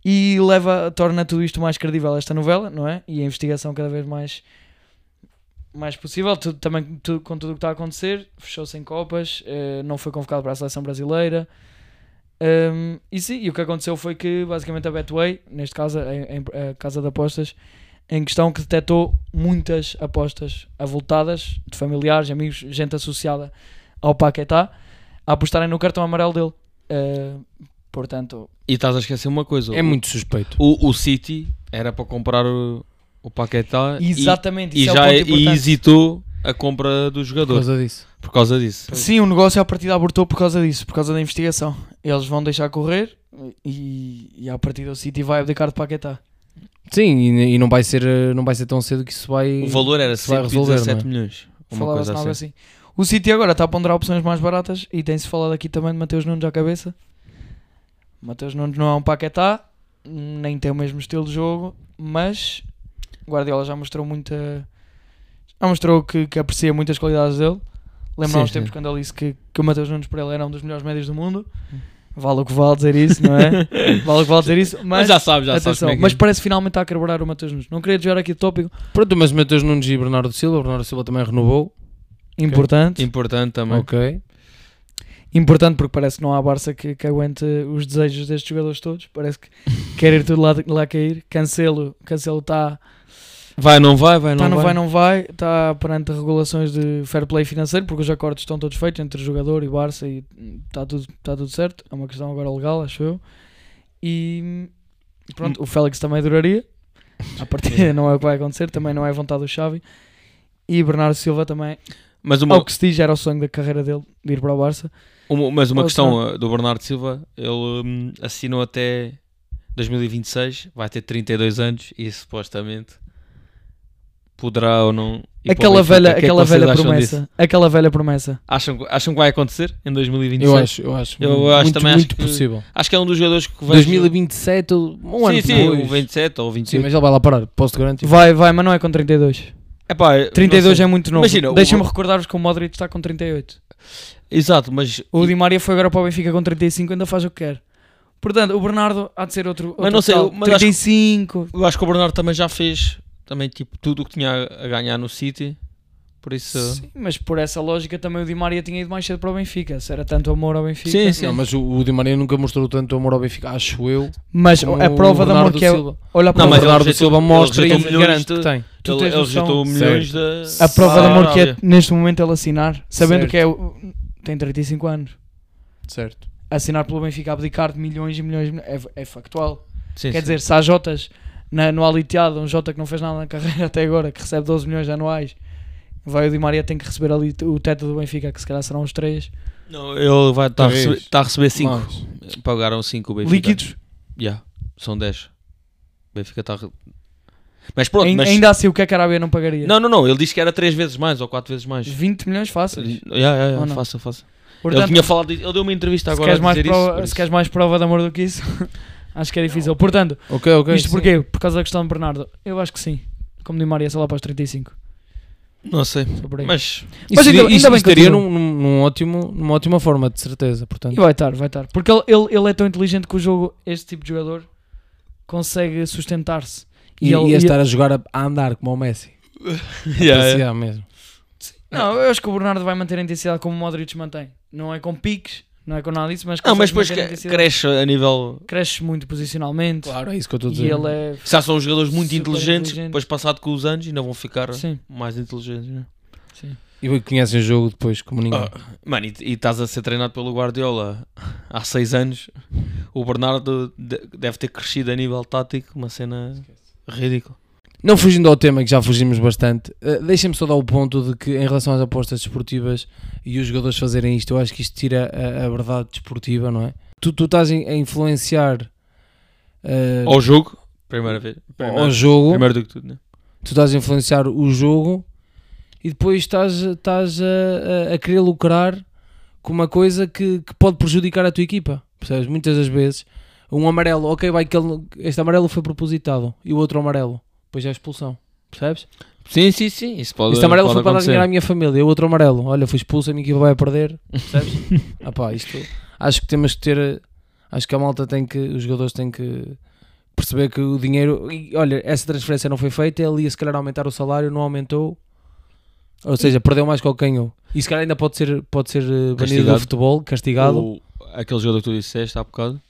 S3: e leva, torna tudo isto mais credível esta novela, não é? E a investigação cada vez mais mais possível, tudo, também tudo, com tudo o que está a acontecer, fechou-se em copas, eh, não foi convocado para a seleção brasileira. Ahm, e sim, e o que aconteceu foi que basicamente a Betway, neste caso a, a- a casa de apostas em questão, que detectou muitas apostas avultadas de familiares, amigos, gente associada ao Paquetá a apostarem no cartão amarelo dele. Ah, portanto,
S2: E estás a esquecer uma coisa.
S1: É
S2: o-
S1: muito suspeito.
S2: O, o City era para comprar o, o Paquetá e-
S3: exatamente
S2: e,
S3: isso é o
S2: já
S3: ponto
S2: e
S3: importante.
S2: hesitou a compra do
S1: Por
S2: jogador
S1: causa disso.
S2: por causa disso.
S3: Sim, o negócio à partida abortou por causa disso, por causa da investigação. Eles vão deixar correr e, e à partida o City vai abdicar de Paquetá.
S1: Sim, e, e não, vai ser, uh, não vai ser tão cedo que isso vai.
S2: O valor era
S1: se vai resolver,
S2: 117
S1: não é?
S2: milhões. Uma
S3: Falava-se
S2: coisa
S3: algo
S2: assim.
S3: assim. O City agora está a ponderar opções mais baratas e tem-se falado aqui também de Mateus Nunes à cabeça. Mateus Nunes não é um Paquetá, nem tem o mesmo estilo de jogo, mas Guardiola já mostrou muita. Já mostrou que, que aprecia muitas qualidades dele. Lembro
S1: Sim,
S3: há uns
S1: sim.
S3: tempos quando ele disse que, que o Mateus Nunes para ele era um dos melhores médios do mundo.
S2: Hum.
S3: Vale o que vale dizer isso, não é? Vale o que vale dizer isso,
S2: Mas
S3: mas,
S2: já sabes, já sabes
S3: atenção,
S2: como é que
S3: mas
S2: é.
S3: parece que finalmente está a carburar o Mateus Nunes. Não queria desviar aqui o tópico.
S1: Pronto, mas Mateus Nunes e Bernardo Silva. Bernardo Silva também renovou.
S3: Importante.
S2: Importante também.
S1: assim. Ok.
S3: Importante porque parece que não há Barça que, que aguente os desejos destes jogadores todos. Parece que quer ir tudo lá, lá cair. Cancelo, cancelo está
S2: Vai, não vai, vai, não
S3: tá, não
S2: vai.
S3: vai, não vai. Está perante regulações de fair play financeiro porque os acordos estão todos feitos entre jogador e Barça e está tudo, tá tudo certo. É uma questão agora legal, acho eu. E pronto, o Félix também duraria. A partida não é o que vai acontecer, também não é vontade do Xavi. E Bernardo Silva também,
S2: Mas uma,
S3: ao que se diz, era o sonho da carreira dele de ir para o Barça.
S2: uma- mas uma
S3: Outra.
S2: questão uh, do Bernardo Silva, ele hum, assinou até 2026, vai ter 32 anos e supostamente poderá ou não. ir para o
S3: aquela
S2: Benfica.
S3: velha,
S2: O que é que
S3: aquela
S2: vocês
S3: velha
S2: acham
S3: promessa.
S2: disso?
S3: Aquela velha promessa.
S2: Acham, acham que vai acontecer em 2026?
S1: Eu acho, eu acho.
S2: Eu
S1: muito,
S2: acho também, acho
S1: muito
S2: que-
S1: possível.
S2: Acho que é um dos jogadores que vai.
S1: 2027, um ano
S2: sim, sim,
S1: depois.
S2: o 27 ou
S1: Sim,
S2: 28.
S1: mas ele vai lá parar. Posso te garantir.
S3: Vai, vai, mas não é com 32.
S2: Epá, Tipo, eu não
S3: 32
S2: sei.
S3: é muito novo.
S2: Imagina, o-
S3: Deixa-me recordar-vos que o Modric está com 38.
S2: Exato, mas.
S3: O Di Maria foi agora para o Benfica com 35, ainda faz o que quer. Portanto, o Bernardo há de ser outro. outro
S2: não sei,
S3: tal.
S2: mas acho que-
S3: 35.
S2: Eu acho que o Bernardo também já fez também, tipo, tudo o que tinha a ganhar no City. Por isso.
S3: Sim, mas por essa lógica também o Di Maria tinha ido mais cedo para o Benfica. Se era tanto amor ao Benfica.
S2: Sim,
S1: Não, mas o, o Di Maria nunca mostrou tanto amor ao Benfica, acho eu.
S3: Mas
S1: como
S3: a prova
S1: o
S3: de amor
S1: Bernardo
S3: que é.
S1: Silva.
S3: Olha
S1: Não,
S3: a prova.
S2: Não, mas
S1: mas o Bernardo
S2: ele
S1: Silva
S2: rejeitou- ele
S1: mostra e
S2: rejeitou milhões
S1: garante
S2: de-
S1: que tem.
S3: Tu
S2: ele
S3: tens
S2: ele
S3: noção?
S2: rejeitou milhões da.
S3: A prova de
S2: da
S3: amor que é
S2: Arábia.
S3: neste momento ele assinar, sabendo
S1: Certo.
S3: que é. o- Tem 35 anos.
S1: Certo.
S3: assinar pelo Benfica, abdicar de milhões e milhões, e milhões é, é factual.
S2: Sim,
S3: Quer
S2: sim.
S3: dizer, se há Jotas na, no aliteado, um Jota que não fez nada na carreira até agora, que recebe 12 milhões anuais, Vai o Di Maria tem que receber ali t- o teto do Benfica, que se calhar serão os três.
S2: Não, ele vai estar a
S1: Três.
S2: receber- tá a receber 5.
S1: Mais.
S2: Pagaram 5 o Benfica.
S3: Líquidos.
S2: Yeah, são 10. Benfica está. Mas pronto,
S3: Ain-
S2: mas...
S3: Ainda assim o que é que a Arábia não pagaria?
S2: Não, não, não. Ele disse que era 3 vezes mais ou 4 vezes mais.
S3: 20 milhões fáceis.
S2: Yeah, yeah, yeah,
S3: Ou não?
S2: faça, faça. ele
S3: Portanto,
S2: tinha falado, ele deu uma entrevista
S3: se
S2: agora a
S3: queres, mais
S2: dizer isso,
S3: prova,
S2: por
S3: se
S2: isso.
S3: queres mais prova de amor do que isso, acho que é difícil. Portanto,
S1: Ok, ok.
S3: isto porquê? Por causa da questão de Bernardo? Eu acho que sim. Como Di Maria, sei lá, para os 35.
S2: Não sei.
S3: só por aí.
S2: Mas
S1: Mas
S3: Mas ainda-
S1: ainda,
S3: ainda
S1: isto
S3: bem que eu
S1: estaria
S3: tive.
S1: num, num, num ótimo, numa ótima forma, de certeza. Portanto,
S3: E vai estar, vai estar. Porque ele, ele, ele é tão inteligente que o jogo, este tipo de jogador, consegue sustentar-se.
S1: e,
S3: ele-
S1: ia estar a jogar a, a andar como o Messi.
S2: Yeah,
S1: Passear
S2: yeah.
S1: mesmo.
S3: Não, eu acho que o Bernardo vai manter a intensidade como o Modric mantém. Não é com piques, não é com nada disso, mas,
S2: Não, mas
S3: consegue
S2: depois
S3: manter a
S2: que-
S3: intensidade.
S2: cresce a nível.
S3: cresce muito posicionalmente
S1: Claro, é isso que eu estou a
S3: e
S1: dizer.
S3: ele é.
S2: Já são jogadores muito
S3: Super
S2: inteligentes,
S3: inteligente.
S2: depois passado com os anos ainda vão ficar
S3: Sim,
S2: mais inteligentes. Né?
S3: sim.
S1: E conhecem o jogo depois como ninguém.
S2: Mano, e, e estás a ser treinado pelo Guardiola há 6 anos. O Bernardo de- deve ter crescido a nível tático, uma cena ridícula.
S1: Não fugindo ao tema que já fugimos bastante, eh, deixem-me só dar o ponto de que em relação às apostas desportivas e os jogadores fazerem isto, eu acho que isto tira a, a verdade desportiva, não é? Tu, tu estás em- a influenciar eh,
S2: Ao jogo, primeira vez. Primeiro,
S1: ao jogo,
S2: primeiro do que tudo, né?
S1: tu estás a influenciar o jogo e depois estás, estás a, a- a querer lucrar com uma coisa que, que pode prejudicar a tua equipa, percebes? Muitas das vezes, um amarelo, ok, vai que ele- este amarelo foi propositado e o outro amarelo, depois é a expulsão, percebes?
S2: Sim, sim, sim. Isso pode,
S1: Este amarelo
S2: pode
S1: foi para dar
S2: acontecer.
S1: dinheiro à minha família, o outro amarelo. Olha, fui expulso, a minha equipa vai a perder. Percebes? ah pá, isto. Acho que temos que ter. Acho que a malta tem que. Os jogadores têm que perceber que o dinheiro. e, olha, essa transferência não foi feita, ele ia se calhar aumentar o salário, não aumentou. Ou seja, perdeu mais que o ganhou. E se calhar ainda pode ser, pode ser eh, banido
S2: Castigado.
S1: do futebol, castigado.
S2: O- aquele jogador que tu disseste há bocado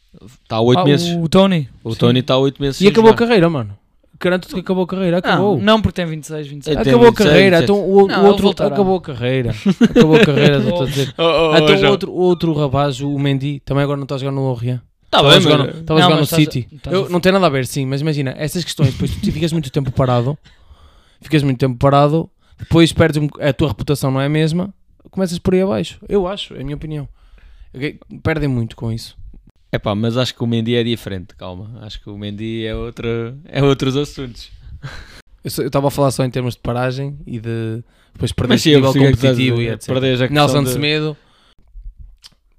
S2: está há 8
S3: Ah,
S2: meses.
S3: O Tony.
S2: O, Tony está há 8 meses.
S1: E
S2: sem
S1: acabou a
S2: jogar.
S1: carreira, mano. Garanto-te que acabou a carreira, acabou.
S3: Não, não porque tem 26, 27.
S2: Ele tem
S1: Acabou a
S2: 26,
S1: carreira,
S2: 27.
S1: então o, o
S3: Não, ele
S1: outro
S3: voltará.
S1: acabou a carreira. Acabou a carreira, estou a dizer.
S2: Oh,
S1: Até o Ah, então outro, o outro rapaz, o Mendy, também agora não está a jogar no Lorient.
S2: Está
S1: Estava a
S2: Tá bem,
S1: jogar
S2: É, mas-
S1: no, estava a
S3: Não,
S1: jogar no
S3: mas estás a-
S1: City.
S3: estás a-
S1: Eu- não tem nada a ver, sim, mas imagina, essas questões, depois tu ficas muito tempo parado, ficas muito tempo parado, depois perdes um- a tua reputação, não é a mesma, começas por aí abaixo. Eu acho, é a minha opinião. Ok? Perdem muito com isso.
S2: É pá, mas acho que o Mendy é diferente, calma. Acho que o Mendy é, outro, é outros assuntos.
S1: Eu só- eu estava a falar só em termos de paragem e de depois perder
S2: Mas
S1: o
S2: sim, é eu
S1: nível
S2: percebi o que estás a
S1: competitivo e
S2: dizer.
S1: etc.
S2: Perdes a questão
S1: Nelson
S2: de-
S1: de Semedo,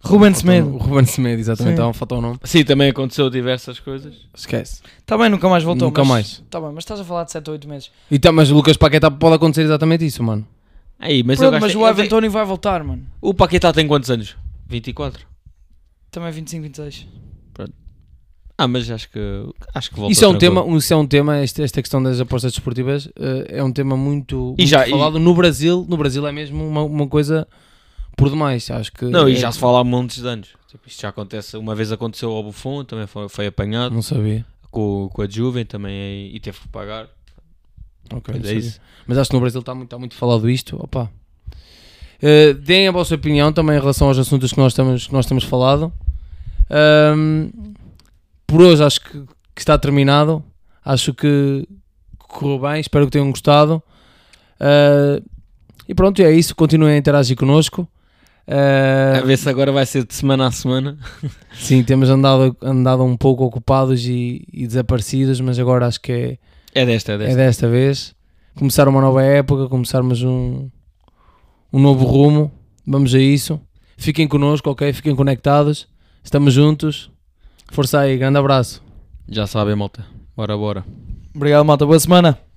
S2: É,
S3: Ruben
S1: faltou-
S2: um.
S3: Semedo.
S1: Ruben Semedo, exatamente,
S3: Sim.
S1: estava a faltar o nome.
S2: Sim, também aconteceu diversas coisas.
S1: Esquece.
S3: Está Tá bem, nunca mais voltou.
S1: Nunca
S3: mas-
S1: mais.
S3: Tá bem, mas estás a falar de 7 ou 8 meses.
S1: E tá, mas o Lucas Paquetá pode acontecer exatamente isso, mano.
S2: Aí, mas,
S3: Pronto,
S2: eu
S3: mas
S2: gastei-
S3: o
S2: eu
S3: Evan
S2: dei-
S3: Tony vai voltar, mano.
S2: o Paquetá tem quantos anos? 24.
S3: Também 25, 26.
S2: Ah, mas acho que acho que volta
S1: Isso é, um
S2: tranquilo.
S1: tema, um- isso é um tema, este- esta questão das apostas desportivas eh, é um tema muito,
S2: E
S1: muito
S2: já- e-
S1: falado no Brasil. No Brasil é mesmo uma, uma coisa por demais, acho que.
S2: Não,
S1: é-
S2: e já se fala há montes de anos. Tipo, isto já acontece. Uma vez aconteceu ao Buffon, também foi, foi apanhado.
S1: Não sabia.
S2: Com, com a Juven também e, e teve que pagar.
S1: Ok,
S2: Mas
S1: não
S2: é
S1: sabia.
S2: isso.
S1: Mas acho que no Brasil está muito, está muito falado isto. Opa. Eh, deem a vossa opinião também em relação aos assuntos que nós temos, que nós temos falado. Ahm, por hoje acho que, que está terminado. Acho que correu bem. Espero que tenham gostado. Ah, e pronto, é isso. Continuem a interagir connosco. Ah,
S2: A ver se agora vai ser de semana a semana.
S1: sim, temos andado, andado um pouco ocupados e, e desaparecidos, mas agora acho que é,
S2: É desta, é desta.
S1: é desta vez. Começar uma nova época, começarmos um, um novo rumo. Vamos a isso. Fiquem connosco, ok? Fiquem conectados. Estamos juntos. Força aí, grande abraço.
S2: Já sabem, malta. Bora, bora.
S3: Obrigado, malta. Boa semana.